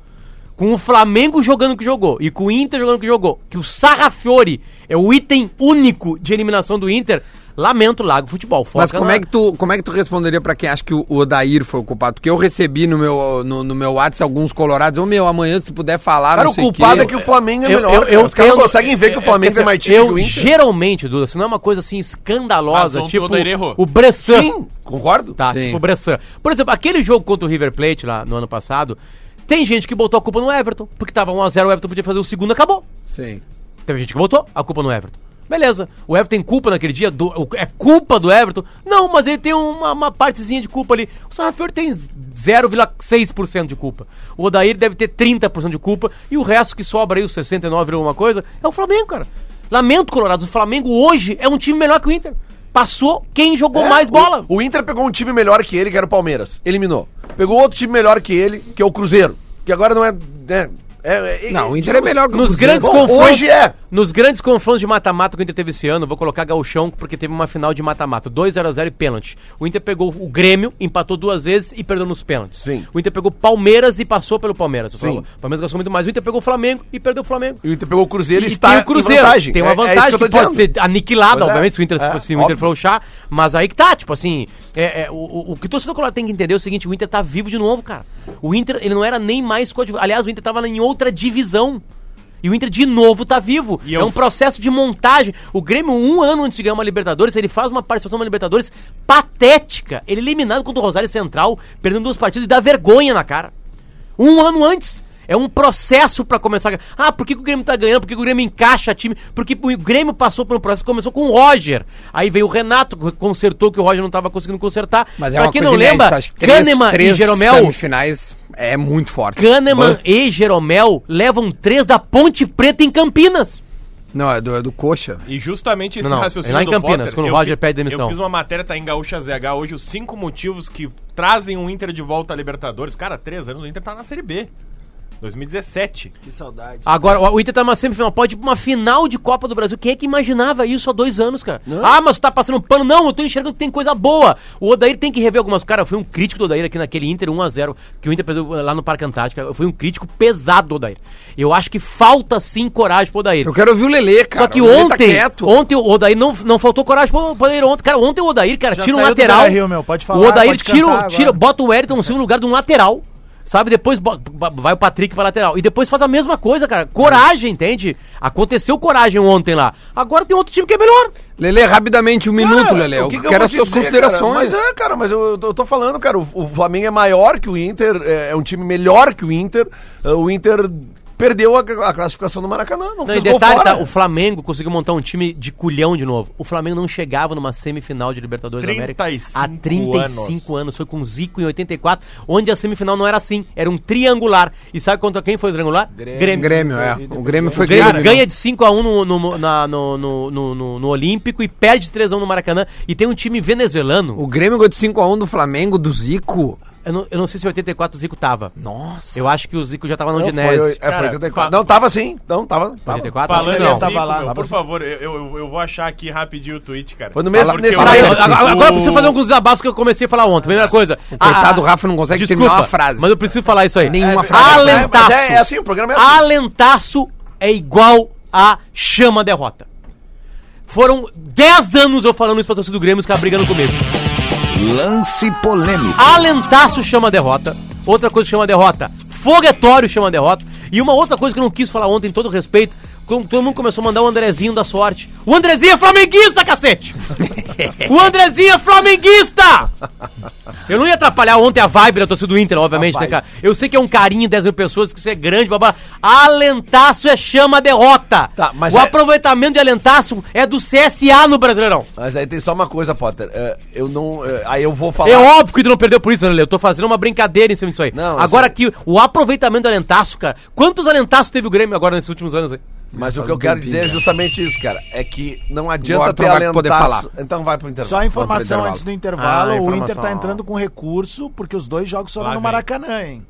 com o Flamengo jogando o que jogou e com o Inter jogando o que jogou, que o Sarrafiori é o item único de eliminação do Inter, lamento, Lago Futebol. Foca
Mas como
na-
é, que tu, como é que tu responderia pra quem acha que o o Odair foi o culpado? Porque eu recebi no meu, no, no meu WhatsApp alguns colorados. Ô meu, amanhã se tu puder falar.
Cara,
não
o
sei
culpado
quê.
é que o Flamengo é
Eu,
melhor.
eu,
cara.
eu
Os caras
tendo-
conseguem ver que o
eu-
Flamengo
assim,
é mais time
eu
que o Inter.
geralmente, Duda, se não é uma coisa assim escandalosa,
Mas ontem
tipo
o Odair errou.
o Bressan.
Sim, concordo.
Tá,
Sim.
tipo o Bressan. Por exemplo, aquele jogo contra o River Plate lá no ano passado, tem gente que botou a culpa no Everton, porque tava 1x0, o Everton podia fazer o segundo, acabou.
Sim.
Teve gente que botou a culpa no Everton. Beleza. O Everton tem culpa naquele dia? Do- o- é culpa do Everton? Não, mas ele tem uma, uma partezinha de culpa ali. O Sarrafiori tem 0,6% de culpa. O Odair deve ter 30% de culpa. E o resto que sobra aí, os 69 e alguma coisa, é o Flamengo, cara. Lamento, Colorado. O Flamengo hoje é um time melhor que o Inter. Passou quem jogou
É,
mais
o-
bola.
O, Inter pegou um time melhor que ele, que era o Palmeiras. Eliminou. Pegou outro time melhor que ele, que é o Cruzeiro. Que agora não é. né, é- é-
Não, o
é-
Inter é melhor que o
Nos
Cruzeiro.
grandes
Bom,
confrontos.
hoje é.
Nos grandes confrontos de mata-mata que o Inter teve esse ano, vou colocar Gauchão, porque teve uma final de mata-mata. 2x0 e pênalti. O Inter pegou o Grêmio, empatou duas vezes e perdeu nos pênaltis.
Sim.
O Inter pegou Palmeiras e passou pelo Palmeiras. O Palmeiras gastou muito mais. O Inter pegou o Flamengo e perdeu o Flamengo.
E O Inter pegou o Cruzeiro e,
E
está
tem o Cruzeiro,
em vantagem.
tem uma
É- é isso
vantagem
eu
que,
tô
pode ser
dizendo.
aniquilada,
Pois é.
obviamente, se o Inter,
É,
se o Inter
óbvio.
frouxar, mas aí que tá, tipo assim, é, é, o- o, o que o torcedor colorado tem que entender é o seguinte, o Inter tá vivo de novo, cara. O Inter, ele não era nem mais coadjuvante, aliás, o Inter tava em outra divisão. E o Inter de novo tá vivo.
E
é
eu-
um processo de montagem. O Grêmio, um ano antes de ganhar uma Libertadores, ele faz uma participação na Libertadores patética. Ele é eliminado contra o Rosário Central, perdendo duas partidas e dá vergonha na cara. Um ano antes. É um processo pra começar. a ganhar. Ah, por que, que o Grêmio tá ganhando? Por que, que o Grêmio encaixa time? Porque o Grêmio passou por um processo, começou com o Roger. Aí veio o Renato, que consertou o que o Roger não tava conseguindo consertar.
Mas é
pra
uma
quem
coisa
não lembra,
inédita, acho que três,
Kahneman
três
e Jeromel.
semifinais é muito forte.
Kahneman
Ban-
e Jeromel levam três da Ponte Preta em Campinas.
Não, é do, é do Coxa.
E justamente esse
Não, não,
raciocínio
é lá em
do
Campinas,
Potter,
quando o
eu
Roger
fi-
pede demissão.
Eu fiz uma matéria, tá em Gaúcha ZH hoje, os cinco motivos que trazem o Inter de volta à Libertadores. Cara, três anos, o Inter tá na Série B. 2017.
Que saudade.
Agora, o Inter tá numa semifinal, pode ir pra uma final de Copa do Brasil. Quem é que imaginava isso há dois anos, cara? Ah, mas tu tá passando pano. Não, eu tô enxergando que tem coisa boa. O Odair tem que rever algumas. Cara, eu fui um crítico do Odair aqui naquele Inter 1x0, que o Inter perdeu eh, lá no Parque Antártica. Eu fui um crítico pesado do Odair. Eu acho que falta sim coragem pro Odair.
Eu quero ouvir o Lele, cara.
Só que
O Lelê tá
ontem,
quieto.
ontem o Odair não, não faltou coragem pro pro Odair ontem. Cara, ontem o Odair, cara,
Já
tira um
saiu do
lateral.
Beira-Rio, meu, pode falar,
o Odair
pode
tira, o-
cantar
tira,
agora.
bota o Wellington Silva no lugar de um lateral. Sabe, depois bo- ba- vai o Patrick pra lateral. E depois faz a mesma coisa, cara. Coragem, entende? Aconteceu coragem ontem lá. Agora tem outro time que é melhor.
Lele, rapidamente, um minuto, Lele. Eu,
o que que
quero
vou
as
te
suas
dizer,
considerações.
Cara? Mas é, cara, mas eu, eu tô falando, cara, o, o Flamengo é maior que o Inter, é, é um time melhor que o Inter. é, O Inter perdeu a, a classificação no Maracanã,
Não,
não,
e
fez gol
detalhe,
fora.
tá, o Flamengo conseguiu montar um time de culhão de novo. O Flamengo não chegava numa semifinal de Libertadores da América há
35
35 anos. Foi com o Zico em 84, onde a semifinal não era assim. Era um triangular. E sabe contra quem foi o triangular?
Grêmio. Grêmio, é. O Grêmio foi
O Grêmio
Grêmio.
ganha de 5x1 no, no, na- no, no, no, no- no Olímpico e perde de 3x1 no Maracanã. E tem um time venezuelano.
O Grêmio ganhou de 5x1 do Flamengo, do Zico.
Eu não, eu não sei se em 84 o Zico tava.
Nossa.
Eu acho que o Zico já tava no
Não, foi,
Dinésio.
é, foi
Cara,
84.
fa-
Não, tava sim. Não, tava. tava.
84?
Falando
ele
em
tava
Zico,
lá,
meu,
lá pra
por
cima.
favor, eu, eu, eu vou achar aqui rapidinho o tweet, cara.
Foi no mês-
Porque
nesse
o-
Tá, eu-
mês.
agora, agora eu
o-
preciso
um
fazer alguns desabafos que eu comecei a falar ontem. Primeira coisa.
Coitado, o Rafa não consegue terminar uma frase.
Mas eu preciso falar isso aí.
Nenhuma
é,
frase.
Alentaço.
É, mas é- é assim, o programa é assim.
Alentaço é igual a chama derrota. Foram 10 anos eu falando isso pra torcida do Grêmio, os caras brigando comigo.
Lance polêmico.
Alentaço chama derrota. Outra coisa que chama derrota. Foguetório chama derrota. E uma outra coisa que eu não quis falar ontem, em todo respeito, quando todo mundo começou a mandar o Andrezinho da sorte. O Andrezinho é flamenguista, cacete! o Andrezinho é flamenguista! Eu não ia atrapalhar ontem a vibe da torcida do Inter, obviamente, né, cara? Eu sei que é um carinho, 10 mil pessoas, que isso é grande, babá. Alentaço é chama derrota.
Tá, mas
o
é-
aproveitamento de alentaço é do CSA no Brasileirão.
Mas aí tem só uma coisa, Potter. é, eu não. é, aí eu vou falar.
É óbvio que tu não perdeu por isso, né, Lele? Eu tô fazendo uma brincadeira em cima disso aí.
Não, eu
agora
sei.
aqui, o aproveitamento do alentaço, cara. Quantos alentaços teve o Grêmio agora nesses últimos anos aí?
Mas o que eu
um
quero dizer é justamente isso, cara. É que não adianta
Agora tu
ter
não vai poder
alentaço. Então vai pro intervalo.
Só a informação
intervalo.
antes do intervalo,
Ah,
o
informação.
Inter tá entrando com recurso, porque os dois jogos foram
Lá
no
vem.
Maracanã, hein?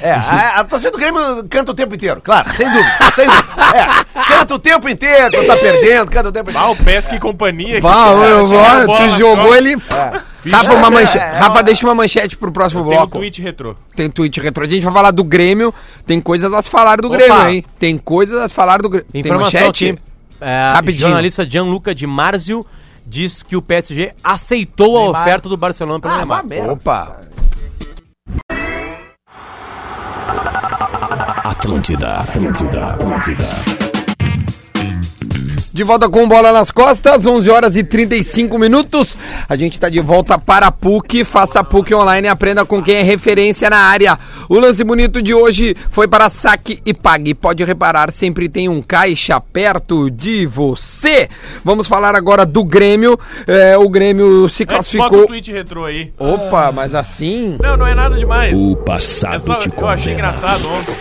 É, a, a torcida do Grêmio canta o tempo inteiro, claro, sem dúvida, sem dúvida. É, canta o tempo inteiro, quando tá perdendo, canta o tempo inteiro.
Mal, Pesca e companhia. aqui,
Bah,
cara,
eu,
É, tira a
olha,
bola,
tu jogou
troca.
ele. Rafa, uma manche- Rafa, deixa uma manchete pro próximo
Tem um
bloco.
tweet retrô.
Tem tweet retro. A gente vai falar do Grêmio. Tem coisas a se falar do
Opa.
Grêmio, hein? Tem coisas a se falar do Grêmio. Tem
Informação
manchete?
aqui. É,
Rapidinho.
jornalista Gianluca de Marzio diz que o PSG aceitou a
Neymar.
oferta do Barcelona
Ah,
pelo Neymar.
Opa!
Atlântida, Atlântida, Atlântida.
De volta com bola nas costas, 11 horas e 35 minutos. A gente está de volta para a PUC. Faça a PUC online e aprenda com quem é referência na área. O lance bonito de hoje foi para saque e pague. Pode reparar, sempre tem um caixa perto de você. Vamos falar agora do Grêmio. É, o Grêmio se
Antes, bota o
classificou.
tweet retrô aí.
Opa, mas assim.
Não, não é nada demais.
O
É
passado
só,
te
eu achei
condena.
engraçado ontem.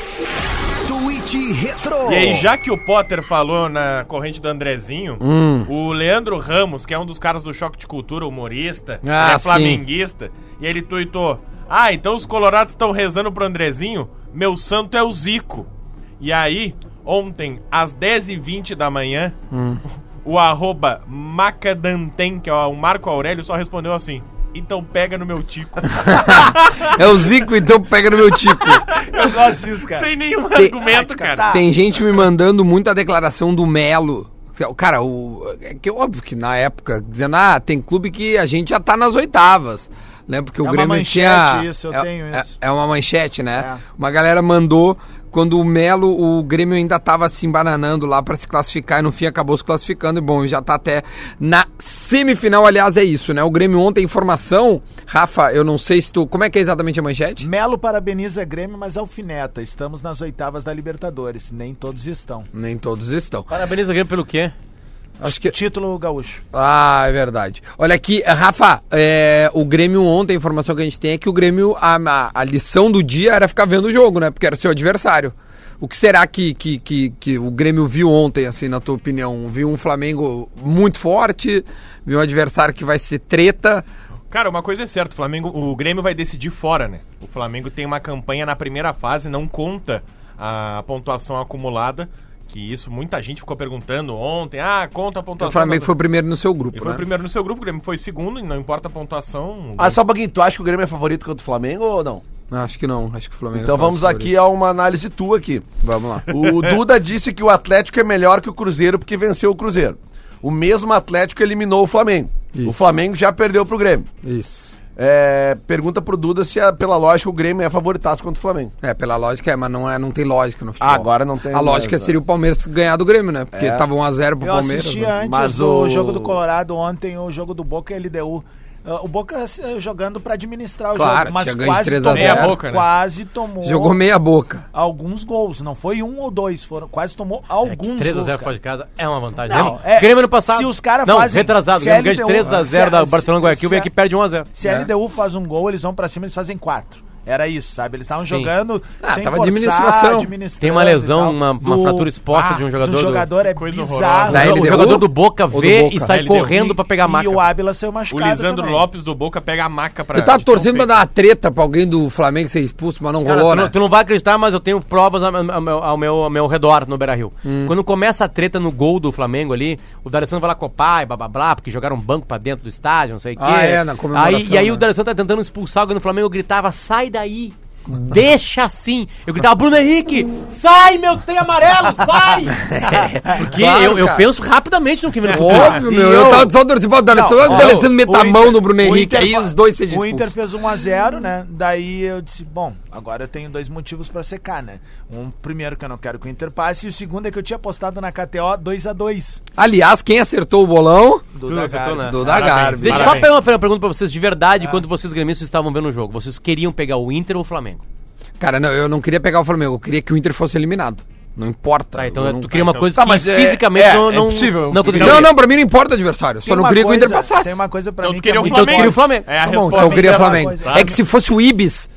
Tweet Retro.
E aí, já que o Potter falou na corrente do Andrezinho,
Hum.
o Leandro Ramos, que é um dos caras do Choque de Cultura, humorista,
Ah,
ele é
sim.
flamenguista, e ele tuitou: Ah, então os colorados estão rezando pro Andrezinho, meu santo é o Zico. E aí, ontem, às 10h20 da manhã,
Hum.
o arroba Macadanten, que é o Marco Aurélio, só respondeu assim. Então pega no meu tico.
É o Zico, então pega no meu tico.
Eu gosto disso,
Sem nenhum
Tem-
argumento, cara.
Tem gente me mandando muito a declaração do Melo. Cara, o, é que é óbvio que na época, dizendo, ah, tem clube que a gente já tá nas oitavas. Né? Porque o
É uma
Grêmio
manchete
tinha.
isso, eu
é,
tenho
é-
isso.
É, uma manchete, né?
É.
Uma galera mandou quando o Melo, o Grêmio ainda estava se embananando lá para se classificar e no fim acabou se classificando. E bom, já está até na semifinal. Aliás, é isso, né? O Grêmio ontem, informação. Rafa, eu não sei se tu. Como é que é exatamente a manchete?
Melo parabeniza Grêmio, mas alfineta. Estamos nas oitavas da Libertadores. Nem todos estão.
Nem todos estão.
Parabéns ao Grêmio pelo quê?
Acho que.
Título gaúcho.
Ah, é verdade. Olha aqui, eh, Rafa, é, o Grêmio ontem, a informação que a gente tem é que o Grêmio, a, a, a lição do dia era ficar vendo o jogo, né? Porque era seu adversário. O que será que, que, que, que o Grêmio viu ontem, assim, na tua opinião? Viu um Flamengo muito forte, viu um adversário que vai ser treta.
Cara, uma coisa é certa, o Flamengo, o Grêmio vai decidir fora, né? O Flamengo tem uma campanha na primeira fase, não conta a pontuação acumulada, que isso muita gente ficou perguntando ontem, ah, conta a
O
pontuação.
Flamengo
Mas-
foi o primeiro no seu grupo,
Ele foi
né?
o primeiro no seu grupo, o Grêmio foi segundo, e não importa a pontuação.
Ah, só um pouquinho, tu acha que o Grêmio é favorito contra o Flamengo ou não?
Acho que não, É, acho que o Flamengo.
Então
foi o
vamos
favorito.
aqui a uma análise tua aqui.
Vamos lá.
O Duda disse que o Atlético é melhor que o Cruzeiro porque venceu o Cruzeiro. O mesmo Atlético eliminou o Flamengo.
Isso.
O Flamengo já perdeu pro Grêmio.
Isso.
É, pergunta pro Duda se, ah, pela lógica, o Grêmio é favoritaço contra o Flamengo.
É, pela lógica é, mas não, é, não tem lógica no futebol.
Ah, agora não tem
A lógica
mais, né?
seria o Palmeiras ganhar do Grêmio, né? Porque
É.
tava 1x0 pro
Eu
Palmeiras.
assisti
né?
antes
Mas
do
o-
jogo do Colorado ontem, o jogo do Boca e LDU. Ah, o Boca eh, jogando pra administrar o
Claro,
jogo, mas
tinha ganho de
quase
3 a
tomou,
0.
Meia boca, né?
quase tomou
Jogou meia boca.
alguns gols. Não foi um ou dois, foram, quase tomou alguns
3x0
gols.
fora
cara.
de casa é uma vantagem.
Não,
Lembra?
é,
Grêmio no passado.
se os caras
Não,
fazem
retrasado.
se
Grêmio ganha de
LDU
3x0 da
se-
Barcelona Guayaquil,
se-
o aqui perde 1x0.
Se
É.
a LDU faz um gol, eles vão pra cima, eles fazem quatro. Era isso, sabe? Eles estavam
Sim.
jogando
Ah,
sem
tava
forçar,
administração.
administrando
Tem uma lesão,
e tal.
uma-
ah,
uma fratura exposta de um jogador
Do
do-
jogador é
Coisa
bizarro.
horrorosa.
Da
O
LDU?
jogador do Boca
Ou do
vê
Boca?
e sai
LDU.
correndo pra pegar a
um. E
maca.
o Ábila saiu
O
machucado
Lisandro
também.
Lopes do Boca pega a maca pra.
Eu tava
de tão
tá torcendo pra
feio.
dar uma treta pra alguém do Flamengo ser expulso, mas não
Cara,
rolou,
tu, não,
né?
tu não vai acreditar, mas eu tenho provas ao, ao meu, ao meu- ao meu redor no Beira Rio.
Hum.
Quando começa a treta no gol do Flamengo ali, o D'Alessandro vai lá copar e blá blá blá, porque jogaram um banco pra dentro do estádio, não sei o quê.
Ah, é, na comemoração,
aí, E aí
né?
o D'Alessandro tá tentando expulsar alguém do Flamengo, eu gritava, sai daí. Deixa assim. Eu gritava, Bruno Henrique, sai, meu, que tem amarelo, sai! Porque
Claro,
eu, eu
cara.
penso rapidamente no que vem no futuro.
Óbvio, meu. Eu
E Ah, eu-
tava só torcendo pra dar.
Não,
Só
ó,
o D'Alessandro
o
meter a mão
Inter-
no Bruno
o
Henrique,
Inter
aí
fa-
os dois se
O Inter
expulsam.
fez 1x0, né? Daí eu disse, bom, agora eu tenho dois motivos pra secar, né? Um, primeiro, que eu não quero que o Inter passe, e o segundo é que eu tinha apostado na KTO 2x2.
Aliás, quem acertou o bolão?
Do
Tu não acertou, né?
Duda Garbi.
Deixa eu só
Parabéns.
pegar uma pergunta pra vocês de
Ah.
verdade, quando vocês gremistas estavam vendo o jogo. Vocês queriam pegar o Inter ou o Flamengo?
Cara, não, eu não queria pegar o Flamengo. Eu queria que o Inter fosse eliminado. Não importa.
Tá,
eu
então
não...
tu queria uma coisa
Tá,
que
mas é-
fisicamente
é,
não,
é
não,
possível.
não aconteceu.
Não, não, pra mim não importa o adversário. Só não queria que o Inter passasse.
Tem uma coisa pra
Então
mim
tu queria o
que é muito-
Então tu queria o
Flamengo.
Flamengo.
É
Tá
a
bom,
resposta.
então eu queria
é
o
uma
Flamengo.
coisa.
É que se fosse o Ibis,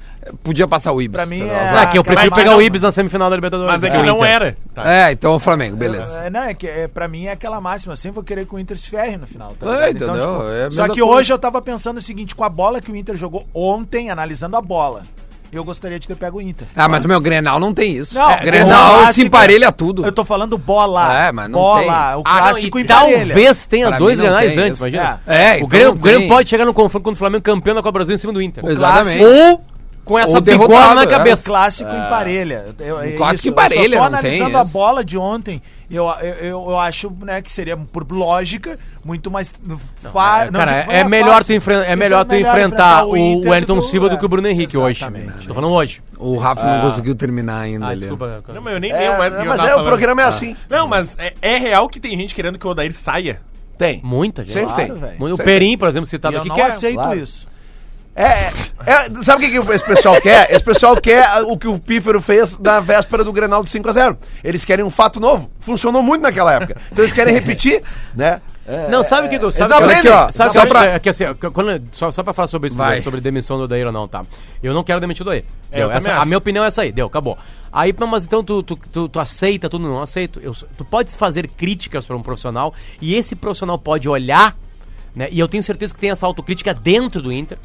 podia passar o Ibis.
Pra mim
entendeu?
é-
Ah, que eu prefiro
Mas-
pegar o
mas-
Ibis na semifinal da Libertadores.
Mas é
Ah,
que não
Inter.
era. Tá.
É, então é o Flamengo, beleza.
É, não, é que é, pra mim é aquela máxima. Eu sempre vou querer que o Inter se ferre no final. tá
É,
ligado?
entendeu?
tipo,
É a
só
mesma
que
coisa.
hoje eu tava pensando o seguinte: com a bola que o Inter jogou ontem, analisando a bola, eu gostaria de ter pego o Inter.
Ah, mas o meu Grenal não tem isso.
Não,
É, Grenal
o
se
clássico-
emparelha tudo.
Eu tô falando bola.
É, mas não
bola,
tem.
o
Ah, não,
clássico
e
emparelha.
talvez tenha
Pra
dois
mim não
granais
tem
antes,
isso.
imagina.
É,
o Grêmio,
então
o Grêmio
tem.
pode chegar no confronto com o Flamengo campeão da Copa do Brasil em cima do Inter.
Exatamente.
Ou com essa
Ou
bigorna
derrotado,
na
é.
É um
cabeça.
clássico emparelha. Eu, é
Um clássico
isso,
emparelha,
Eu só tô
não tem
analisando
isso.
a bola de ontem, eu, eu, eu, eu acho né, que seria, por lógica, muito mais
É,
tipo, fácil. Tipo,
cara, é, melhor tu enfren- é melhor tu enfrentar o
Inter
Wellington Silva do
é,
que o Bruno Henrique hoje.
exatamente.
Tô falando hoje.
O Rafa
Ah.
não conseguiu terminar ainda.
Ah,
ali.
desculpa.
Não, mas eu nem
É,
lembro mais o que eu
mas
tava
é, o
falando.
programa é assim.
Não, mas é, é real que tem gente querendo que o Odair saia.
Tem.
Muita gente.
Sempre
Claro,
tem.
velho.
O
Sempre
Perim, por exemplo,
E
citado
eu
aqui,
não
que é
aceito
claro.
isso.
É, é, sabe o que, que esse pessoal quer? Esse pessoal quer o que o Pífero fez na véspera do Grenal do 5x0. Eles querem um fato novo. Funcionou muito naquela época. Então eles querem repetir, né? É,
Não, sabe o que que eu sabe,
Eles
sabe,
aprendem.
aqui, ó, sabe
Só
só,
pra-
pra... que, assim, ó, quando- só, só pra falar sobre isso,
Vai.
sobre demissão do Odair ou não, tá? Eu não quero demitir o Odair.
É,
Deu,
eu
essa-
também
a
acho.
minha opinião é essa aí, deu, acabou. Aí, não, mas então tu, tu, tu, tu aceita tudo, não aceito. Eu, sou- tu pode fazer críticas pra um profissional e esse profissional pode olhar, né? E eu tenho certeza que tem essa autocrítica dentro do Inter.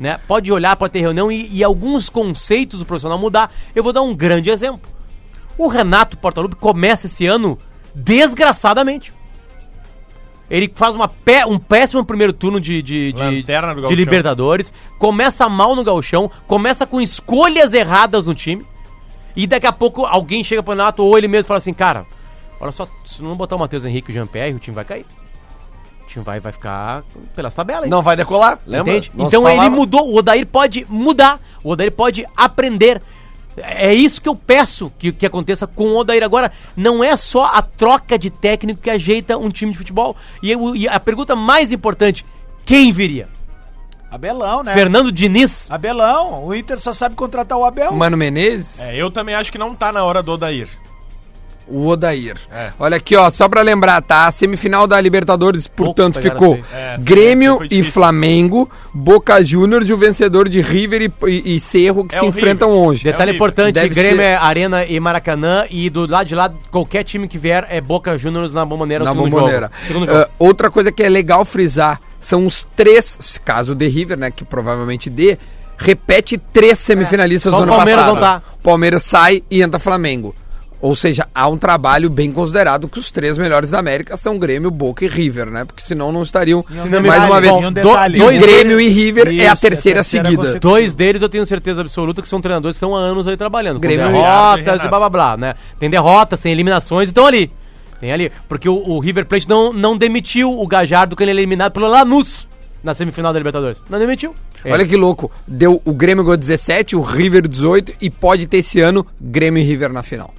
Né? Pode olhar, pode ter reunião e, e alguns conceitos do profissional mudar. Eu vou dar um grande exemplo. O Renato Portaluppi começa esse ano desgraçadamente. Ele faz uma pé, um péssimo primeiro turno de, de, de,
Lanterna do
de
gauchão.
Libertadores. Começa mal no Gauchão, começa com escolhas erradas no time. E daqui a pouco alguém chega pro Renato ou ele mesmo fala assim, cara, olha só, se não botar o Matheus Henrique e o Jean-Pierre, o time vai cair. O time vai, vai ficar pelas tabelas. hein?"
Não vai decolar, lembra?
Entende?
Não se
Então ele
falava.
mudou, o Odair pode mudar, o Odair pode aprender. É isso que eu peço que, que aconteça com o Odair. Agora, não é só a troca de técnico que ajeita um time de futebol. E, eu- e a pergunta mais importante: quem viria?
Abelão, né?
Fernando Diniz?
É
Abelão, o Inter só sabe contratar o Abel.
Mano Menezes?
É, eu também acho que não tá na hora do Odair.
O Odair.
É.
Olha aqui, ó, só pra lembrar, tá? A semifinal da Libertadores, portanto,
pegaram
ficou
bem.
É, sim,
Grêmio
foi
e
difícil.
Flamengo, Boca Juniors e o vencedor de River e, e, e Cerro que
É
se
o
enfrentam
River.
hoje.
Detalhe
É o nível.
importante:
Deve
Grêmio
ser-
é Arena e Maracanã. E do lado de lá, qualquer time que vier é Boca Juniors na Bomboneira. o
na
segundo
bomboneira.
Jogo. Segundo jogo.
Ah, outra coisa que é legal frisar são os três, caso de River, né, que provavelmente dê, repete três semifinalistas
É, só
do
o
ano
Palmeiras
passado.
não tá.
Palmeiras sai e entra Flamengo. Ou seja, há um trabalho bem considerado que os três melhores da América são Grêmio, Boca e River, né? Porque senão não estariam
não me
mais
vale,
uma vez.
bom, um
do-
detalhe.
do
Dois
Grêmio e River é a
Isso,
terceira, seguida.
consecu-
Dois deles eu tenho certeza absoluta que são treinadores que estão há anos aí trabalhando. com
Grêmio e
derrotas
Renato.
e blá blá blá, né? Tem derrotas, tem eliminações, então ali. Tem ali. Porque o, o River Plate não, não demitiu o Gajardo quando ele é eliminado pelo Lanús na semifinal da Libertadores. Não demitiu. É.
Olha que louco. Deu o Grêmio ganhou 17, o River 18 e pode ter esse ano Grêmio e River na final.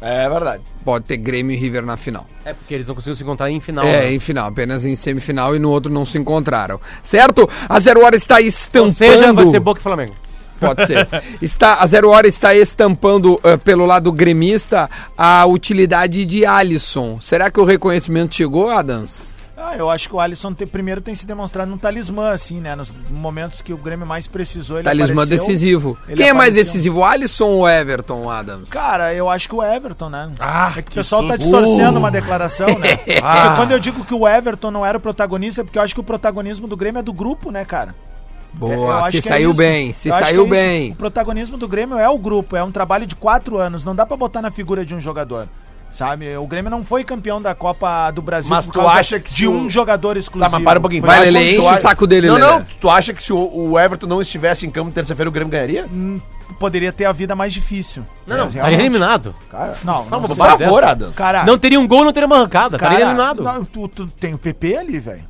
É verdade.
Pode ter Grêmio e River na final.
É porque eles não conseguiram se encontrar em final.
é,
né?
em final, apenas em semifinal e no outro não se encontraram. Certo? A Zero Hora está estampando.
Ou seja, vai ser Boca e Flamengo.
Pode ser. Está, a Zero Hora está estampando eh, pelo lado gremista a utilidade de Alisson. Será que o reconhecimento chegou, Adams?
Ah, eu acho que o Alisson te- primeiro tem se demonstrado um talismã, assim, né? Nos momentos que o Grêmio mais precisou, ele
Talismã
apareceu.
decisivo.
Ele
Quem é mais
apareceu.
decisivo, Alisson ou Everton, Adams?
Cara, eu acho que o Everton, né?
Ah,
é que, o
que
pessoal tá
susto.
Uh.
distorcendo uma declaração, né?
Ah.
Porque quando eu digo que o Everton não era o protagonista, é porque eu acho que o protagonismo do Grêmio é do grupo, né, cara? Eu
Boa,
acho
se
que é
saiu
isso.
bem, se
Eu acho
saiu
que é isso.
bem.
O protagonismo do Grêmio é o grupo, é um trabalho de quatro anos, não dá pra botar na figura de um jogador. Sabe, o Grêmio não foi campeão da Copa do Brasil
Mas tu acha que
de
se o-
um jogador exclusivo.
Tá, mas para um pouquinho.
Foi
Vai,
lá-
Lele, enche
Tu
o
acha-
saco dele,
Não,
Lele.
não. Tu acha que se o, o Everton não estivesse em campo terça-feira, o Grêmio ganharia?
Poderia ter a vida mais difícil. Não, não,
Estaria eliminado.
Não, não,
Por
sei.
favor, Adams.
É um Cara,
Não teria um gol, não teria uma arrancada.
cara,
Estaria eliminado.
não, tu, tu tem o PP ali, velho.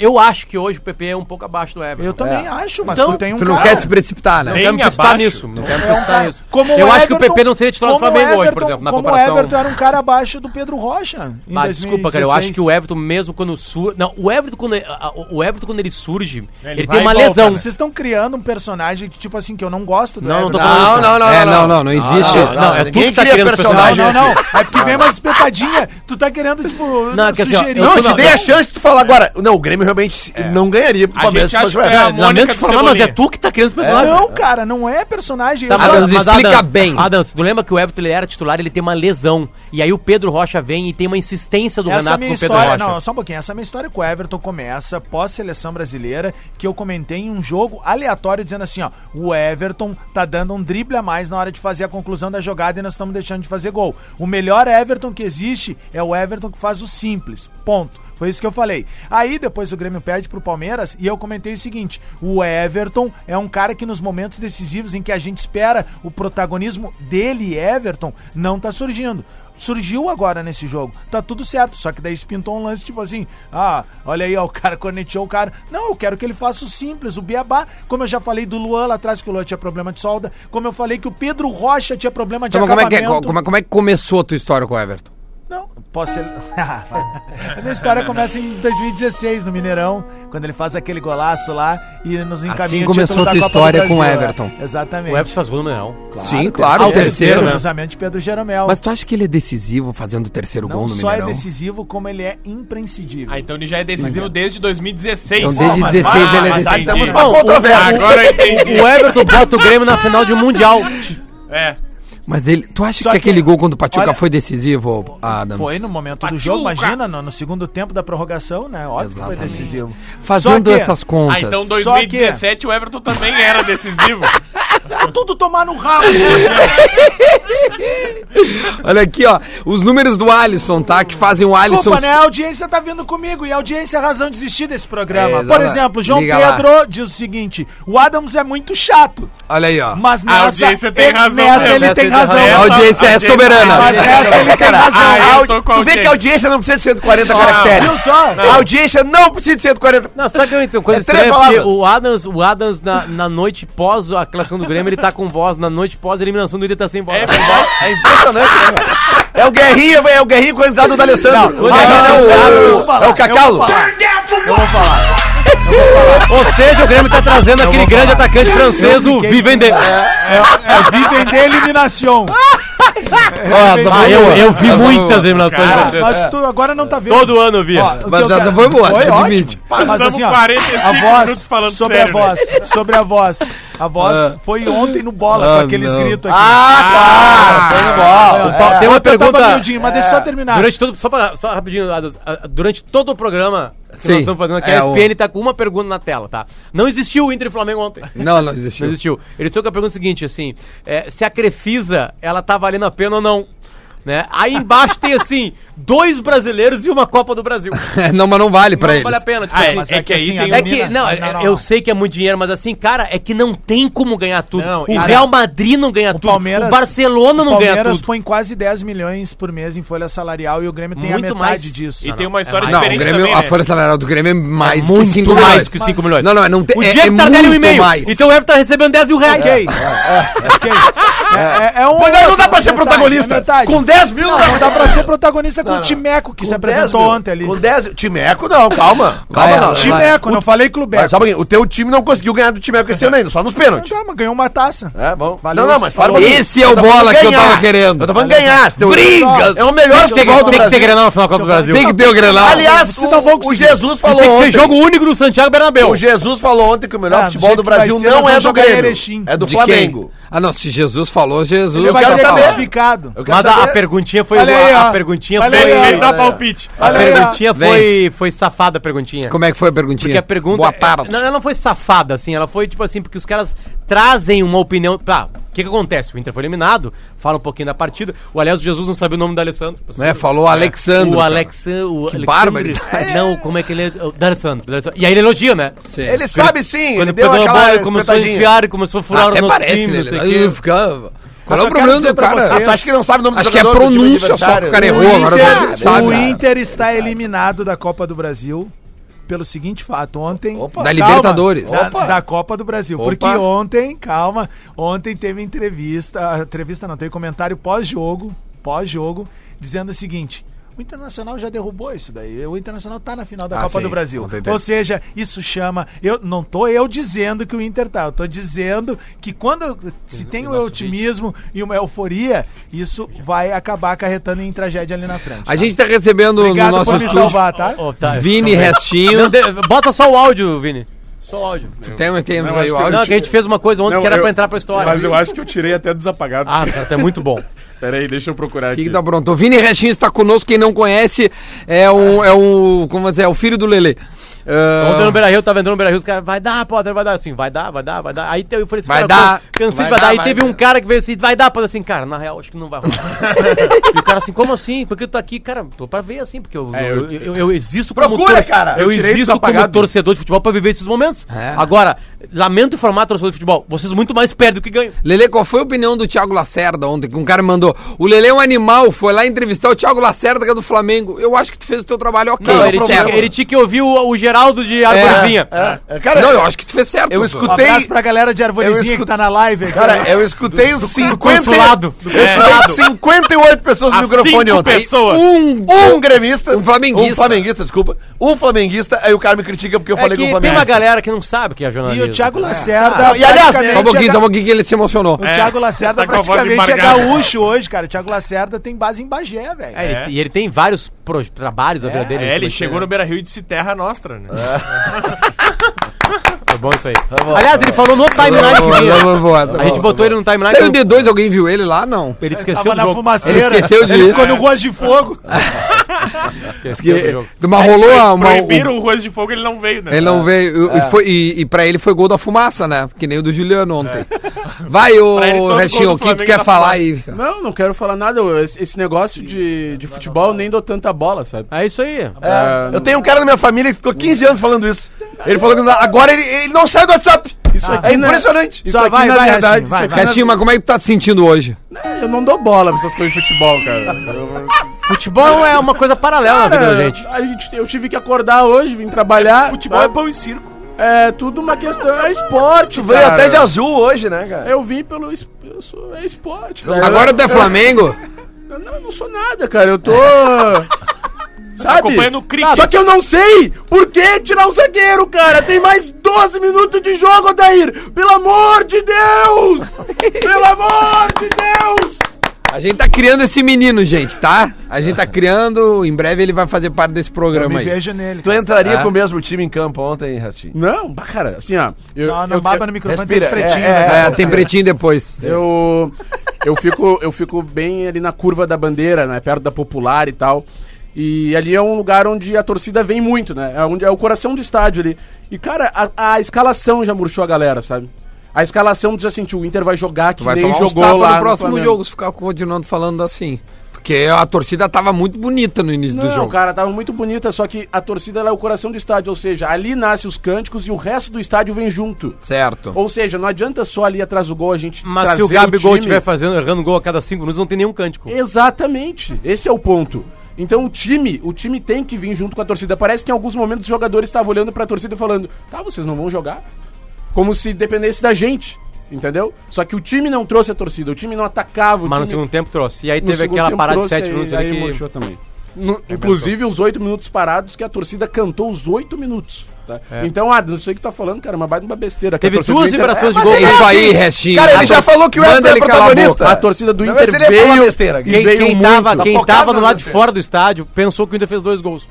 Eu acho que hoje o PP é um pouco abaixo do Everton.
Eu também acho, mas
Então,
tu tem um
Tu não
cara-
quer se precipitar, né?
Não quero me
Bem
precipitar
abaixo.
nisso. Não quero me precipitar nisso.
Como
eu acho que o
Everton-
PP não seria titular do
como o
Flamengo hoje, por
Everton-
exemplo, na
como
comparação.
o Everton era um cara abaixo do Pedro Rocha. em
Ah, desculpa, cara, eu acho
2016.
que o Everton, é mesmo quando surge. Não, o Everton, quando ele, a- o Everton, quando ele surge,
Ele
ele,
vai
tem uma
e volta,
lesão.
né?
Vocês estão criando um personagem que, tipo assim, que eu não gosto do
Não, não tô
Everton.
falando isso.
É, não, não, não existe.
não, não, é tu
Ninguém
que tá
cria
criando
personagem.
personagem.
Não, não, não. É porque vem umas petadinhas. Tu tá querendo, tipo,
Não, que assim, ó,
sugerir.
eu-
Não, eu
Não,
te dei
não.
a chance de tu falar agora. Não, o Grêmio realmente não ganharia pro
A
Palmeiras.
gente acha
se fosse o
que é a
Everton.
Não,
Mônica
lamento
do
te falar, mas é
Cebolinha.
tu que tá criando esse personagem.
Não, cara, não é personagem. eu
Tá,
só-
Adams, explica
Adams,
bem.
Adams, tu lembra que o Everton ele era titular, ele tem uma lesão. E aí o Pedro Rocha vem e tem uma insistência
é
do
essa
Renato com
minha
o Pedro
história,
Rocha.
não, só um pouquinho. Essa minha história com o Everton começa pós-seleção brasileira, que eu comentei em um jogo aleatório dizendo assim, ó, o Everton tá dando um drible a mais na hora de fazer a conclusão da jogada e nós estamos deixando de fazer gol. O melhor Everton que existe é o Everton que faz o simples. Ponto. Foi isso que eu falei. Aí depois o Grêmio perde pro Palmeiras e eu comentei o seguinte: o Everton é um cara que nos momentos decisivos em que a gente espera o protagonismo dele, Everton, não tá surgindo. Surgiu agora nesse jogo. Tá tudo certo. Só que daí se pintou um lance tipo assim: ah, olha aí, ó, o cara corneteou o cara. Não, eu quero que ele faça o simples, o beabá. Como eu já falei do Luan lá atrás, que o Luan tinha problema de solda. Como eu falei que o Pedro Rocha tinha problema de
Então, mas como é, que é,
acabamento.
como, é- como é que começou a tua história com o Everton?
Não, posso ser. a minha história começa em 2016, no Mineirão, quando ele faz aquele golaço lá e nos encaminha
Assim
o
começou
título
a
da
tua
Copa do
história com
Brasil,
o Everton.
é. Exatamente.
O Everton faz gol, não.
Sim, claro, o terceiro, né?
Cruzamento de Pedro Jeromel.
Mas tu acha que ele é decisivo fazendo o terceiro
não
gol no
só é
Mineirão?
decisivo, como ele é imprescindível.
Ah, então ele já é decisivo desde 2016.
Então, desde
Ah, mas
16 ele é
mas
decisivo.
entendi.
Uma controvérsia.
Agora eu entendi.
O Everton bota o Grêmio na final de um Mundial.
É.
Mas ele, tu acha
Só
que,
que- é.
aquele gol contra o Pachuca
olha-
foi decisivo, Adams?
Foi no momento do jogo, imagina, no, no segundo tempo da prorrogação, né? Óbvio que
Exatamente.
foi decisivo.
Fazendo
Só que- tá
essas contas.
Ah, então
que-
2017 o Everton também era decisivo.
Ah, tudo tomar no rabo! né,
Olha aqui, ó. Os números do Alisson, tá? Que fazem o Alisson.
Desculpa, né? A audiência tá vindo comigo e a audiência é a razão de existir desse programa.
É,
Por
lá.
exemplo, João
Liga lá.
Pedro diz o seguinte: o Adams é muito chato,
Olha aí, ó.
mas
A
nessa,
audiência tem
ele-
razão,
nessa
né?
ele
Nessa
tem
ele tem
razão.
A audiência é soberana.
Mas essa ele tem razão.
Ah, eu
A
tô
audi-
com
Tu vê que a audiência não precisa de 140 caracteres.
Viu só?
A audiência não precisa de 140.
Não, sabe que eu entendo? Coisa
É três
estranha, porque
palavras.
o Adams, o Adams na, na noite pós a classificação do Grêmio, ele tá com voz. Na noite pós a eliminação do Inter, tá sem voz.
É verdade.
É impressionante. né? É o Guerrinha, velho, é o Guerrinha com a entrada do Alessandro.
quando
Ah,
ele
não,
entra,
o-
eu
vou falar,
é o Cacalo.
Ou seja, o Grêmio tá trazendo aquele grande atacante francês, o Vivende.
É vivem de eliminação.
Ah, eu, eu vi muitas eliminações né?
Cara,
francesas.
Mas tu agora não tá vendo.
Todo ano eu via.
Ó, o que
é. Mas
eu
essa
quero-
foi boa,
Foi
admite.
ótimo. Mas
Passamos
assim, ó,
45
a voz,
minutos falando
sobre
sério,
a
né?
voz, sobre a voz. A voz foi ontem no
Ah,
bola, com aqueles
não.
gritos aqui.
Ah, tá. Foi no bola.
Pa- Tem uma
eu tava
pergunta.
miudinho, mas deixa eu só terminar.
Durante todo, só, pra- só rapidinho, Adams, a- a- durante todo o programa que
Sim.
nós estamos fazendo aqui,
É,
a
o-
SPN tá com uma pergunta na tela, tá? Não existiu o Inter e Flamengo ontem.
Não, não
Não
existiu.
existiu. Eles estão com a pergunta seguinte, assim, é, se a Crefisa, ela tá valendo a pena ou não? Né? Aí embaixo tem assim, dois brasileiros e uma Copa do Brasil.
não, mas não vale pra
não
eles.
vale a pena. Tipo
Ah,
assim,
é, é que aí
assim,
tem
a
é
um
que,
menina-
não,
Ah,
é-
não, não.
eu sei que é muito dinheiro, mas assim, cara, é que não tem como ganhar tudo.
Não,
o
e-
Real Madrid não ganha tudo. o Barcelona não
o
ganha
Palmeiras
tudo.
põe quase 10 milhões por mês em folha salarial e o Grêmio tem a
Muito
metade
mais.
disso.
E tem uma história
mais.
Não, o
diferente
Grêmio,
também,
a
né?
folha salarial do Grêmio é mais que
muito
5
mais
milhões.
que 5 milhões.
Não, não, não tem.
O
é-
Diego
é
Tardelli é um
muito
e-mail.
mais.
Então o Everton tá recebendo 10 mil reais.
Ok. ok. É, é, é um.
Mas não dá pra ser
metade,
protagonista.
é metade.
Com 10 mil
Não, não dá pra ser protagonista com o Timeco que se apresentou ontem ali.
Com 10 Timeco não, calma. Calma
Vai, vai.
é
não.
Timeco, não falei Clubeco.
Mas, só um pouquinho, o teu time não conseguiu ganhar do Timeco esse ano ainda, só nos pênaltis.
Calma, ganhou uma taça.
É, bom.
Valeu,
não, não, mas para um pouquinho.
Esse é o
tô falando
bola que eu
ganhar.
tava querendo.
Eu tô falando ganhar. teu-
Brigas!
É o melhor
Tem
futebol
que,
do
tem que ter
Brasil.
Grenal na final da Copa do Brasil.
Tem que ter o Grenal.
Aliás,
Vocês não vão
o, o
conseguir.
Jesus falou
Tem que ser
ontem.
jogo único no Santiago Bernabéu.
O Jesus falou ontem que o melhor
É, do
futebol Ah,
jeito
do
que vai
Brasil
ser, nós
não é
vamos
do
jogar em
Grêmio.
Erechim.
É do
De
Flamengo.
quem? Ah, não, se Jesus falou, Jesus
Ele
vai
vai
Vai
quero
ser
saber.
classificado.
Eu quero
Mas a, a
saber-
perguntinha foi.
Olha aí,
a, a
ó.
perguntinha
Olha
foi.
aí, ó.
Ele dá palpite.
A
Olha aí, ó.
perguntinha
Vem.
foi, foi safada a perguntinha.
Como é que foi a perguntinha?
Porque a pergunta.
Boa tarde.
é- Não, ela não foi safada, assim. Ela foi, tipo assim, porque os caras trazem uma opinião. Tá, o que, que acontece? O Inter foi eliminado, fala um pouquinho da partida. O aliás, o Jesus não sabe o nome do Alessandro.
Né, Falou o Alexandre.
O
cara.
Alex. O Alexandre-
barbaridade.
Não, como é que ele é. O D'Alessandro. D'Alessandro. E aí ele elogia, né?
Sim.
Ele sabe sim,
Quando
ele deu
pegou a bola,
aquela
ele começou a
espetadinha.
enfiar, ele começou a
Ah,
furar
até
o nosso
parece,
time,
né?
não sei o
Ele- ele
quê.
fica- Qual é o
só quero
problema
dizer
do
pra
cara?
vocês-
Ah, tu acha que não sabe o nome do
Acho que é
jogador do time
pronúncia só que o
adversário? é
cara errou.
O
agora eu
Inter-
né?
tô- sabe,
o
cara.
Inter está eliminado da Copa do Brasil pelo seguinte fato, ontem...
Da Libertadores.
Da,
Opa.
da Copa do Brasil.
Opa.
Porque ontem, calma, ontem teve entrevista, entrevista não, teve comentário pós-jogo, pós-jogo, dizendo o seguinte... O Internacional já derrubou isso daí. O Internacional tá na final da
Ah,
Copa
sim,
do Brasil.
ontem teve.
Ou seja, isso chama. Eu não tô eu dizendo que o Inter tá. Eu tô dizendo que quando se tem o
nosso
otimismo e uma euforia, isso vai acabar acarretando em tragédia ali na frente.
A gente tá recebendo
Obrigado
no nosso
por me
estúdio
salvar, tá?
Ó, tá,
Vini
então,
Restinho.
Não, de- Bota só o áudio, Vini. Só o áudio.
Tem, tem
Não,
aí
acho
o
que-
Não,
áudio.
que a gente fez uma coisa ontem
Não,
que era
eu-
pra entrar pra história.
Mas eu acho que eu tirei até dos apagados.
Ah, cara, tu é muito bom.
Pera aí, deixa eu procurar
O que,
aqui.
que tá pronto? O Vini Restinho está conosco, quem não conhece é um. É um como dizer, é o filho do Lele. Ah,
Ontem no Beira Rio, tava entrando no Beira Rio, os caras, vai dar, Potter, vai dar. Assim, vai dar, vai dar, vai dar. Aí eu falei assim,
Vai
cara,
dar,
pô, Cansei
vai
de vai dar.
dar,
Aí
vai
teve
dar.
um cara que veio assim, vai dar, Potter, assim, cara, na real, acho que não vai rolar. e o cara assim, como assim? Por que tu tá aqui? Cara, tô pra ver, assim, porque eu,
É,
eu,
eu-
eu, eu, eu existo
Procura, cara.
Eu,
Eu tirei
existo como
desapagado.
torcedor de futebol pra viver esses momentos.
É.
Agora, lamento informar torcedor de futebol, vocês muito mais perdem do que ganham.
Lele, qual foi a opinião do Thiago Lacerda ontem? Que um cara mandou. O Lele é um animal, foi lá entrevistar o Thiago Lacerda, que é do Flamengo. Eu acho que tu fez o é teu trabalho ok.
Não, ele,
certo.
tinha, ele tinha que ouvir o, o Geraldo de Arvorzinha.
É, Cara,
Não, eu acho que tu fez certo.
Eu
Arthur.
Um
escutei-
abraço pra galera de Arvorezinha
Eu escuto-
que tá na live. aí,
cara, É. eu escutei os 50...
consulado.
Eu escutei 58 pessoas no
As
microfone
É, cinco
ontem.
pessoas.
Um,
Um gremista.
Um flamenguista.
Um flamenguista, desculpa. Um flamenguista, aí o cara me critica porque eu
É
falei
que tem
que o Flamengo.
uma galera que não sabe que é
E
jornalista.
o Thiago Lacerda.
Ah, e aliás,
praticamente
Só um pouquinho,
é
só um
ga-
pouquinho que ele se emocionou.
O
um
Thiago Lacerda
tá com a voz
praticamente é
embargada.
gaúcho hoje, cara. O Thiago Lacerda tem base em Bagé, velho.
É, ele-
É.
E ele tem vários pro- trabalhos
Tá
na vida dele.
É,
nesse
ele
momento,
chegou
né?
no Beira Rio e disse terra nostra, né?
É.
Foi Tá bom tá isso aí. Aliás, ele falou no timeline que vinha. A gente botou ele no timeline.
Tem o
que eu-
D2, alguém viu ele lá? Não.
Ele esqueceu
Tava
do
na
jogo.
fumaceira.
Ele esqueceu de-
Ele ficou no Ruas de Fogo.
Esqueceu do jogo.
Mas rolou uma- uma-
Proibiram o Ruas de Fogo, ele não veio, né?
Ele não veio. E, foi, e, e pra ele foi gol da fumaça, né? Que nem o do Juliano ontem. Vai,
Pra ele, todo
ô
gol
Restinho,
do
o que tu
Flamengo
quer
da
falar
fumaça.
aí? cara?
Não, não quero falar nada. eu- Esse, esse negócio de, de futebol eu nem dou tanta bola, sabe?
É isso aí.
É, eu tenho um cara na minha família que ficou 15 anos falando isso. Ele falou que não dá- agora ele, ele não sai do WhatsApp. Isso
É impressionante.
Isso aqui, na verdade, isso aqui
Castinho, mas como é que tu tá te sentindo hoje?
na- Eu não dou bola pra essas coisas de futebol, cara. Eu-
Futebol é uma coisa paralela na vida da
Cara,
gente.
a gente, eu tive que acordar hoje, vim trabalhar.
Futebol é
sabe?
pão e circo.
é, tudo uma questão. É esporte,
Veio
cara.
até de azul hoje, né, cara?
Eu vim pelo. es- Eu sou, é esporte. cara.
Agora tu é Flamengo?
Eu não, não sou nada, cara. Eu tô. Sabe?
Acompanhando o cricket.
Ah, Só que eu não sei por que tirar o zagueiro, cara. Tem mais 12 minutos de jogo, Odair. Pelo amor de Deus! Pelo amor de Deus!
A gente tá criando esse menino, gente, tá? A gente tá criando, em breve ele vai fazer parte desse
Eu
programa
me
aí.
vejo nele.
Tu entraria
É.
com o mesmo time em campo ontem, Rastinho?
Não, bah, cara, assim, ó. Eu,
Só não
eu,
baba no microfone, tem
respira,
os pretinhos.
é,
né?
É, tem pretinho depois.
Eu, eu, fico, eu fico bem ali na curva da bandeira, né? Perto da popular e tal. E ali é um lugar onde a torcida vem muito, né? É, onde, é o coração do estádio ali. E, cara, a, a escalação já murchou a galera, sabe? A escalação diz assim, tio, o Inter vai jogar que
Tu vai
nem
tomar uns
jogou
tapas
lá
no próximo
Flamengo.
jogo se ficar continuando falando assim. Porque a torcida tava muito bonita no início do
Não,
jogo.
cara, tava muito bonita, só que a torcida ela é o coração do estádio, ou seja, ali nasce os cânticos e o resto do estádio vem junto.
Certo.
Ou seja, não adianta só ali atrás do gol a gente
Mas se
trazer
o Gabigol
time-
estiver fazendo, errando gol a cada cinco minutos, não tem nenhum cântico.
Exatamente. Esse é o ponto. Então o time, o time tem que vir junto com a torcida. Parece que em alguns momentos os jogadores estavam olhando pra torcida e falando: "Tá, vocês não vão jogar?" Como se dependesse da gente, entendeu? Só que o time não trouxe a torcida, o time não atacava, o
Mas no
time
segundo tempo trouxe. E aí
no
teve
segundo
aquela
tempo
parada de
trouxe,
sete
aí-
minutos
aí
ali que...
murchou também. É, então. No- inclusive os oito minutos parados que a torcida cantou os oito minutos. tá? Então, ah, não sei o que tu tá falando, cara, mas vai numa besteira. que a
Teve
torcida
duas
do Inter-
vibrações de
mas assim.
gol.
É isso aí, Restinho. Tá
Cara, ele
A
já
torcida-
falou que o Everton
Manda
é
ele calar a
protagonista.
boca.
A torcida do
Não,
Inter
mas ele ia falar
veio,
besteira aqui.
e
Quem,
veio
quem,
muito.
tava,
tá
quem
focado
tava do
na
lado de
besteira.
fora do estádio pensou que o Inter fez dois gols.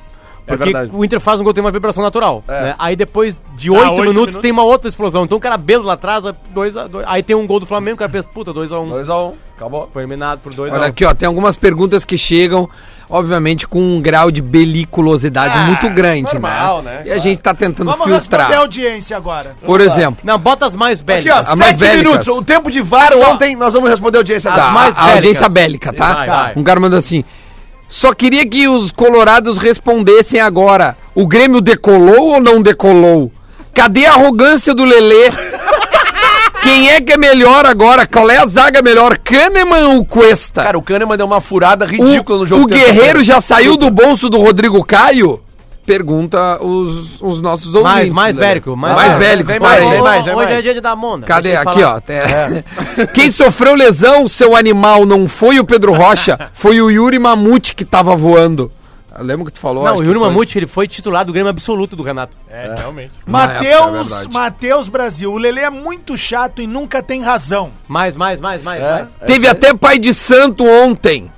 É
Porque
verdade.
o Inter faz um gol, tem uma vibração natural. né? Aí depois de
Dá
oito
oito
minutos,
minutos.
tem uma outra explosão. Então o cara belo lá atrás, dois a dois. aí tem um gol do Flamengo, o cara pensa, puta, 2x1.
2x1, acabou.
Foi eliminado por 2x1.
Olha aqui, ó, tem algumas perguntas que chegam, obviamente, com um grau de beliculosidade muito grande,
normal,
né?
né?
E a gente tá tentando
Vamos
filtrar.
responder a audiência agora.
Por exemplo,
Não, bota as mais
Aqui,
belas.
ó,
A mais
7
bélicas.
minutos. O tempo de VAR
Só.
ontem, nós vamos responder a audiência.
Tá.
da.
a-
mais
a, audiência bélica,
bélicas.
tá?
Vai, vai.
Um cara mandou assim: só queria que os colorados respondessem agora. O Grêmio decolou ou não decolou? Cadê a arrogância do Lelê? Quem é que é melhor agora? Qual é a zaga melhor? Kahneman ou Cuesta?
Cara, o Kahneman deu uma furada ridícula
O,
no jogo.
o Guerreiro já saiu do bolso do Rodrigo Caio? Pergunta os, os nossos ouvintes.
mais, mais
Lelê.
bélico.
Mais
bélico.
bélicos,
Vem
para
mais,
aí.
vem mais, vem
Hoje
mais.
é dia da monda.
Cadê?
Deixa eu
Aqui,
falar. É.
ó. tem- Quem sofreu lesão, seu animal, não foi o Pedro Rocha, foi o Yuri Mamute que tava voando. Eu lembro que tu falou.
Não,
acho
o
que
Yuri
foi.
Mamute, ele foi titular do Grêmio absoluto do Renato.
É, realmente.
Matheus,
é verdade.
Matheus Brasil, o Lelê é muito chato e nunca tem razão.
Mais, mais, mais, mais,
É.
mais.
Teve até pai de santo ontem.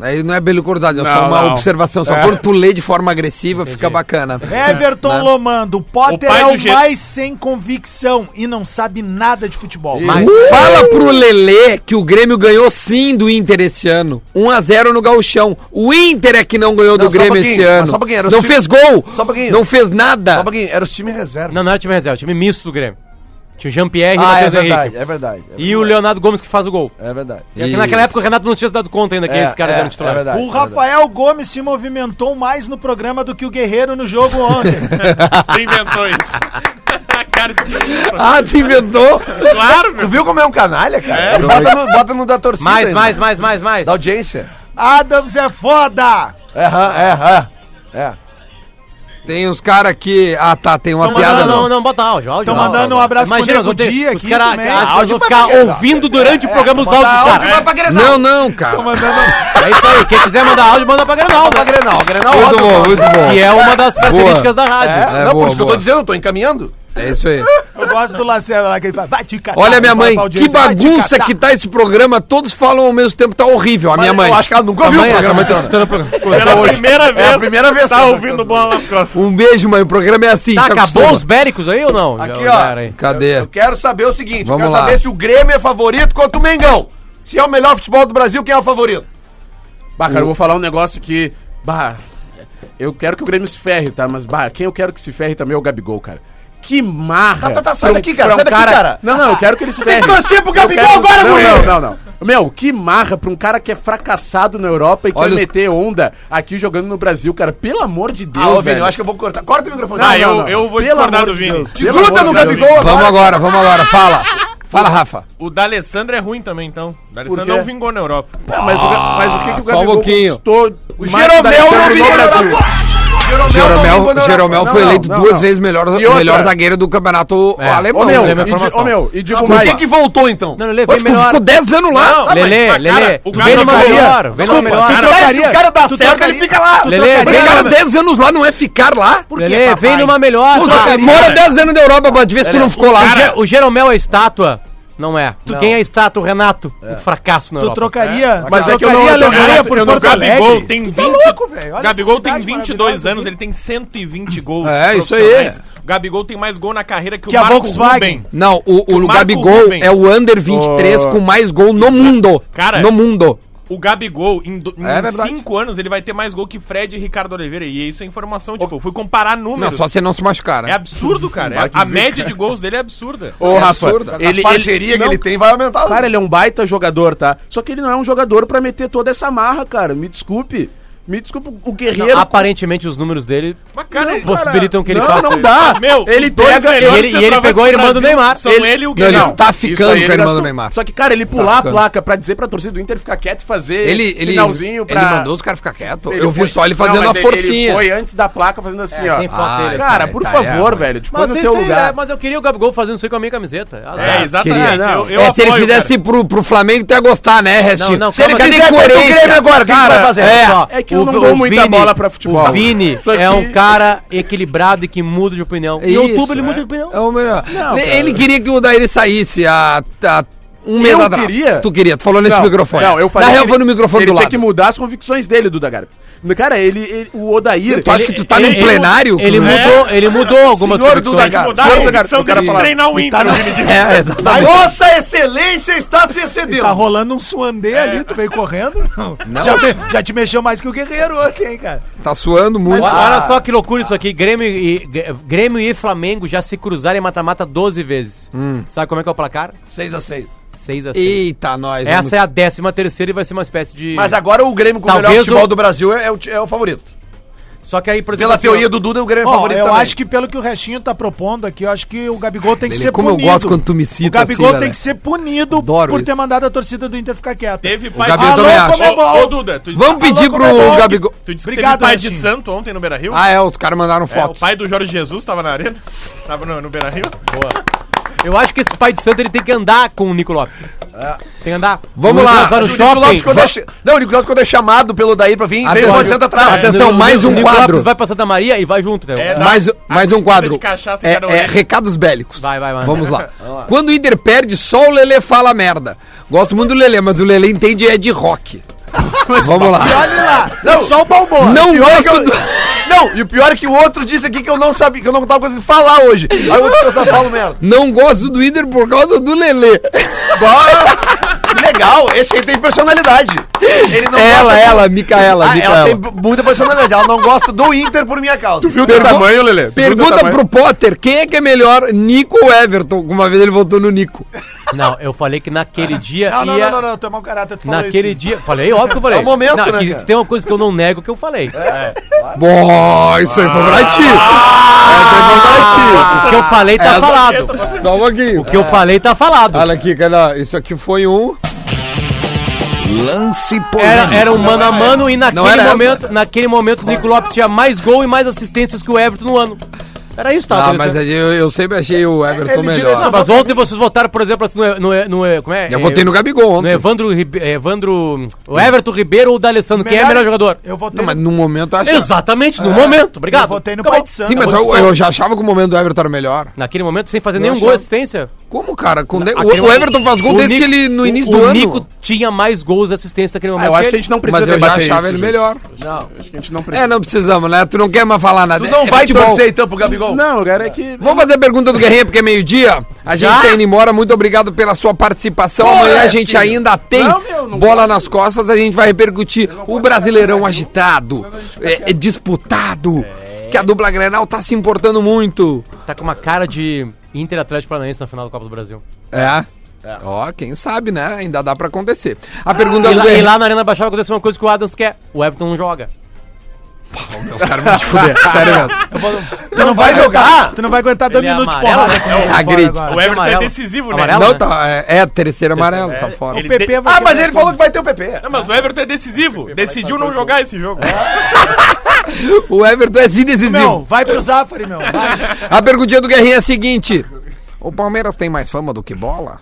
Aí não é belicordade, é só
Não,
uma
não.
observação. Só quando tu lê de forma agressiva, fica bacana.
É,
Everton Lomando, o Potter
O pai
é
do
o
Gê-
mais sem convicção e não sabe nada de futebol.
Mas-
Uh! Fala pro Lelê que o Grêmio ganhou sim do Inter esse ano. 1x0 no Gauchão. O Inter é que não ganhou
Não,
do
só
Grêmio
um pouquinho,
esse
mas
ano.
só um pouquinho, era o
não
time-
fez gol.
Só um pouquinho.
Não fez nada.
Só um pouquinho, era os times reserva.
Não, não era time reserva, é time misto do Grêmio. Tinha o Jean-Pierre e o
Ah, é
Matheus
verdade,
Henrique.
é verdade. é
E o
verdade,
Leonardo Gomes que faz o gol.
É verdade.
E aqui naquela
Isso.
época o Renato não tinha se dado conta ainda que esses caras eram
É
titulares.
verdade.
o Rafael Gomes se movimentou mais no programa do que o Guerreiro no jogo ontem.
Quem inventou isso? A cara de...
Ah, tu inventou?
Claro,
Tu
meu.
viu como é um canalha, cara?
É.
Bota, no, bota no da torcida.
mais,
ainda.
mais, mais, mais, mais.
Da audiência.
Adams é foda!
É, é, é. é.
Tem uns caras que. Ah, tá, tem uma
Não,
piada.
não,
não.
não, não, bota áudio, áudio.
Tô
áudio,
mandando um
áudio.
abraço pro
Imagina,
Nego
não tem-
Dia
os
aqui
caras
também.
acham que
Áudio
vão
pra
ficar
quê?
ouvindo durante o programa os
Bota
áudios dos
áudio,
caras.
vai pra Grenal.
Não, não, cara.
É isso aí, quem quiser mandar áudio, manda pra Grenal,
Pra
né?
Grenal, Grenal.
Muito
óbvio,
bom,
não.
muito bom.
Que é uma das características da rádio. Tá,
É,
É,
não,
boa,
por isso que eu
boa.
tô dizendo, eu tô encaminhando.
É isso aí.
Eu gosto do Lacerda lá que ele fala, vai te catar.
Olha, minha
Ele fala
mãe,
pra
que
audiência, "Vai te
bagunça
catar".
que tá esse programa. Todos falam ao mesmo tempo, tá horrível. A minha mãe. é assim.
Eu acho que ela nunca ouviu o programa.
tá escutando o programa.
Pela primeira vez,
É a primeira vez que
tá
eu tô
ouvindo
escutando.
bola nas costas.
Um beijo, mãe. O programa é assim.
Tá,
se
acabou
acostuma.
os béricos aí ou não?
Aqui,
Já
ó.
olharam aí.
Cadê?
Eu quero saber o seguinte,
Vamos
eu quero
lá.
saber se o Grêmio é favorito contra o Mengão. Se é o melhor futebol do Brasil, quem é o favorito?
Bah, cara, eu vou falar um negócio que. Bah, eu quero que o Grêmio se ferre, tá? Mas, bah, quem eu quero que se ferre também é o Gabigol, cara.
Que marra!
Tá, tá, tá,
pra
sai
um-
daqui, cara,
pra um
sai daqui, cara.
Não, não, eu quero que eles
tem que torcer pro Gabigol
Eu quero-
agora,
não,
Murilo.
não, não, não. Meu, que marra pra um cara que é fracassado na Europa e
Olha
quer
os-
meter onda aqui jogando no Brasil, cara. Pelo amor de Deus,
Ah, ô,
velho.
velho, eu acho que eu vou cortar. Corta o microfone.
Ah,
Não,
eu,
não, não.
eu vou
Pelo
discordar
amor
do
de
Vini.
Deus.
Te
Pelo
gruda
amor
no
de Deus,
Gabigol
Vamos
agora.
agora, vamos agora, fala. Fala, Rafa.
O D'Alessandro é ruim também, então. O D'Alessandro
quê?
não vingou na Europa.
Não, Tá, mas, o, Ga- mas o que, que o
Só um pouquinho.
conquistou?
O
mais da-
Jeromel não
no
vingou na
Brasil?
Europa.
Jeromel,
Jeromel,
Jeromel
não,
foi
não,
eleito
não,
duas
não.
vezes melhor,
E outra?
melhor zagueiro do campeonato
É.
alemão.
Ô, meu,
Você
Zé, minha
e di-
informação.
ô, meu, e um digo
Por
mais.
que que voltou, então?
Não, Lele,
Mas
vem
tu
melhor.
ficou 10 anos lá.
Não, Lele,
mas, cara,
Lele,
o
tu
Galo
vem numa
trocaria.
melhor, vem numa melhor.
cara, se o cara dá certo, ele fica lá.
Lele,
Mas,
vem
cara, 10 anos lá não é ficar lá? Por
Lelê, vem numa melhor. tá?
Pô,
troca-
cara, mora 10 anos na Europa, pode ver se tu não ficou lá.
O Ge- o Jeromel é estátua? Não é. Tu quem é estátua, o Renato? Um fracasso na
Tu
Europa.
trocaria,
Mas é que eu
trocaria
não-
a
eu não-
Alemanha
eu não-
por
eu não-
Porto
Gabigol
Alegre.
tem 20.
tá louco, velho. Olha
Gabigol
essa
tem
cidade
22
maravilhosa
anos,
aqui.
ele tem 120 gols.
É, isso aí.
profissionais. O Gabigol tem mais gol na carreira que,
Que
o
a
Marco
Volkswagen.
Ruben.
Não, o, o
Marco
Gabigol
Ruben.
é o under 23 com mais gol no mundo.
Cara,
no mundo.
O Gabigol, em, do, em
É verdade.
cinco anos, ele vai ter mais gol que Fred e Ricardo Oliveira. E isso é informação, tipo, eu fui comparar
Não,
números.
só se não se machucar.
É
Né?
absurdo, cara. É-
Bah, que
a
zica.
média de gols dele é absurda.
Ô,
É
Rafa,
absurdo.
ele, ele-
As parcerias que
não,
ele tem vai aumentar.
Cara, ele é um baita jogador, tá? Só que ele não é um jogador pra meter toda essa marra, cara. Me desculpe. Me desculpe, o Guerreiro.
Aparentemente os números dele
Mas, cara, ele-
possibilitam que ele
não,
faça.
não dá.
Mas, meu,
ele
os dois
pega,
melhores
ele- e ele
centroavantes
pegou a
do
irmã do
Brasil
Neymar.
São
Ele-
ele e o
Não, ele
Guilherme.
tá
Isso aí
ficando com a
ele
irmã do
gastou.
Neymar.
Só que, cara, ele pular a
ficando.
placa pra dizer pra torcida do Inter ficar quieto e fazer
Ele, ele,
sinalzinho pra...
ele mandou os caras ficar quietos.
Ele
Eu vi
foi-
só ele
Não,
fazendo
mas
a
ele-
forcinha.
Ele foi antes da placa fazendo assim, ó.
tem foto
Ah,
dele.
essa
Cara,
é-
por
tá,
favor,
é,
velho. Tipo,
Mas,
no
esse
teu
aí, é,
lugar.
mas eu queria o Gabigol fazendo isso aí com a minha camiseta. Azar.
É,
queria.
exatamente. Eu, eu
é, se ele
apoio,
fizesse
cara.
pro, pro Flamengo, tu ia gostar, né, Restinho?
Não, não,
se ele
assim,
calma.
cadê
Se ele vai pro
coerência
Grêmio
agora, o que
Cara,
vai fazer?
é,
Só.
É que eu
o-
não
o
dou muita
Vini-
bola pra futebol.
O Vini
Isso aqui-
é um cara equilibrado e que muda de opinião. em
Isso,
outubro ele
é.
muda de opinião.
É o melhor.
Não,
Ne-
cara.
ele queria que o Daíri saísse há, há um mês
Eu
atrás.
queria.
Tu queria, tu falou nesse
Não,
microfone.
Não, eu falei.
Na real,
que
foi
ele-
no microfone
ele
do
tinha
lado.
que mudar as convicções dele, Duda Garbi. Cara, ele, ele- o Odair.
Tu acha que tu tá no
ele-
plenário?
Ele
Cru?
mudou, ele mudou algumas
né? Senhor Duda
convicções.
Garbi.
Mudar
Senhor
a
Duda Garbi,
condição
o cara
dele de
fala-
treinar o Inter, o Vini disse.
É, exato.
Nossa excelência está se excedendo.
Tá rolando um suandê ali, tu veio correndo, não. Já, me- já te mexeu mais que o Guerreiro ontem, cara.
tá suando muito.
Olha, olha só que loucura isso aqui. Grêmio e, G- Grêmio e Flamengo já se cruzaram em mata-mata 12 vezes.
Hum.
Sabe como é que é o placar?
6x6.
6 a 6.
Eita, nós. vamos-
Essa é a 13 terceira e vai ser uma espécie de...
Mas agora o Grêmio com o melhor
Talvez
futebol
o-
do Brasil é, é o, ti- é o favorito.
Só que aí, por exemplo...
Pela
assim,
teoria
ó,
do Duda, o Grêmio é
Ó,
favorito
eu
também.
acho que pelo que o Restinho tá propondo aqui, eu acho que o Gabigol tem que
Lelê,
ser
como eu
punido.
gosto quando tu me cita
O Gabigol
assim,
tem
Lelé.
que ser punido
Adoro
por
isso.
ter mandado a torcida do Inter ficar quieta.
Teve pai
Gabriel
de
também
Ô,
acha.
Ô, ô, Duda, tu
é
é disse-
Vamos pedir pro
Comebol,
Gabigol.
tu disse que teve
Obrigado,
pai de
Ratinho.
santo ontem no Beira-Rio?
Ah, é, os caras mandaram
É, o
fotos.
pai do Jorge Jesus tava na arena? Tava no, no Beira Rio?
Eu acho que esse pai de santo ele tem que andar com o Nico Lopes. Tem que andar.
Vamos
O
lá.
Nico Lopes vai no
O Nico
shopping.
Lopes, quando é che- Não, o Nico Lopes quando é chamado pelo Daí pra vir, veio
Adoro.
900 atrás.
Atenção,
O Nico-
mais um
o Nico
quadro.
Lopes vai pra Santa Maria e vai junto. Né?
É,
Tá.
dá-
Mais, mais um
cuspida
quadro.
de cachaça em
é,
cada
é,
orelha.
recados bélicos.
Vai, vai, vai.
Vamos lá. Quando o Inter perde, só o Lelê fala merda. Gosto muito do Lelê, mas o Lelê entende é de rock. Vamos lá.
Não, só o Balboa.
Não
Não gosto
gosto do-
Não, e o pior é que o outro disse aqui que eu não sabia, que eu não tava conseguindo falar hoje. Aí o outro eu só falo merda.
Não gosto do Inter por causa do Lelê.
Bora! Que Legal, esse aí tem personalidade. Ele não
Ela,
gosta do-
ela, Micaela,
Ah, ela
Micaela.
tem muita personalidade. Ela não gosta do Inter por minha causa.
Viu o
Pergu-
tamanho, Lelê?
Pergunta pro Potter, quem é que é melhor, Nico ou Everton? Uma vez ele votou no Nico.
Não, eu falei que naquele dia
Não, não,
ia...
não, não, não, tu é mau caráter, tu falou
Naquele
isso.
dia. Falei, óbvio que eu falei.
É o momento,
Não,
né,
que
cara?
Se tem uma coisa que eu não nego, é que eu falei.
Bom, isso aí foi pra ti. Ah,
O que eu falei tá falado.
Só um pouquinho.
O que eu falei tá falado.
Olha aqui, cara, isso aqui foi um...
Lance
Era,
polêmico.
era um mano a mano e
Não era
naquele
essa.
momento, naquele momento, o Nico Lopes tinha mais gol e mais assistências que o Everton no ano. Era isso, tá?
Ah, mas eu, eu sempre achei o Everton
Não,
melhor.
mas ontem vocês votaram, por exemplo, assim, no, no, no- como é?
Eu votei no Gabigol
No
ontem.
Evandro, Ribe- é, Evandro. O Everton Ribeiro ou o D'Alessandro? Quem é o melhor jogador?
Eu votei
Não, mas
no,
no momento eu achava.
Exatamente, no momento. Obrigado.
eu votei no
Acabou.
Pai de Santo.
Sim, mas eu, eu já achava que o momento do Everton era melhor.
Naquele momento, sem fazer nenhum
achava-
gol de assistência.
Como, cara? Quando é-
Aquele
o, o
momento-
Everton faz gol
o
desde
Nico-
que ele, no
o-
início
o
do
Nico
ano.
tinha mais gols e assistência naquele momento.
Ah, eu acho
que
que a gente não precisa
Mas eu já
debater
achava
isso,
ele
gente.
melhor.
Acho que a gente não
É,
precisa.
não precisamos, né? Tu não quer mais falar nada.
Tu não
É
vai
futebol.
torcer então pro Gabigol?
Não, cara, é que.
Vamos fazer a pergunta do Guerrinha, porque é meio-dia. A gente
Já?
tá indo embora. Muito obrigado pela sua participação. Amanhã a gente ainda tem
Não, meu, não
bola
pode.
nas costas. A gente vai repercutir o Brasileirão agitado, é, é disputado. que a dupla Grenal tá se importando muito.
Tá com uma cara de Inter Atlético Paranaense na final da Copa do Brasil.
É. Ó, quem sabe, né? Ainda dá pra acontecer. A pergunta
E
do
lá,
Henrique-
e lá na Arena Baixada aconteceu uma coisa que o Adams quer. O Everton não joga.
Os caras vão te fuder, sério mesmo.
Tu não vai jogar? Tu não vai aguentar dois
Ele é
minutos,
amarelo,
porra.
né?
Fora
Agride.
agora.
O Everton é
amarelo.
decisivo, né?
Amarelo?
Tá Não,
né?
tá, é, é terceiro amarelo, tá fora.
ele
O PP vai
Ah, mas
jogar.
ele falou que vai ter o PP.
Não, mas o Everton é decisivo. Decidiu não jogar esse jogo.
O Everton é indecisivo.
Meu, vai pro Zafari, meu. Vai.
A perguntinha do Guerrinha é a seguinte: O Palmeiras tem mais fama do que bola?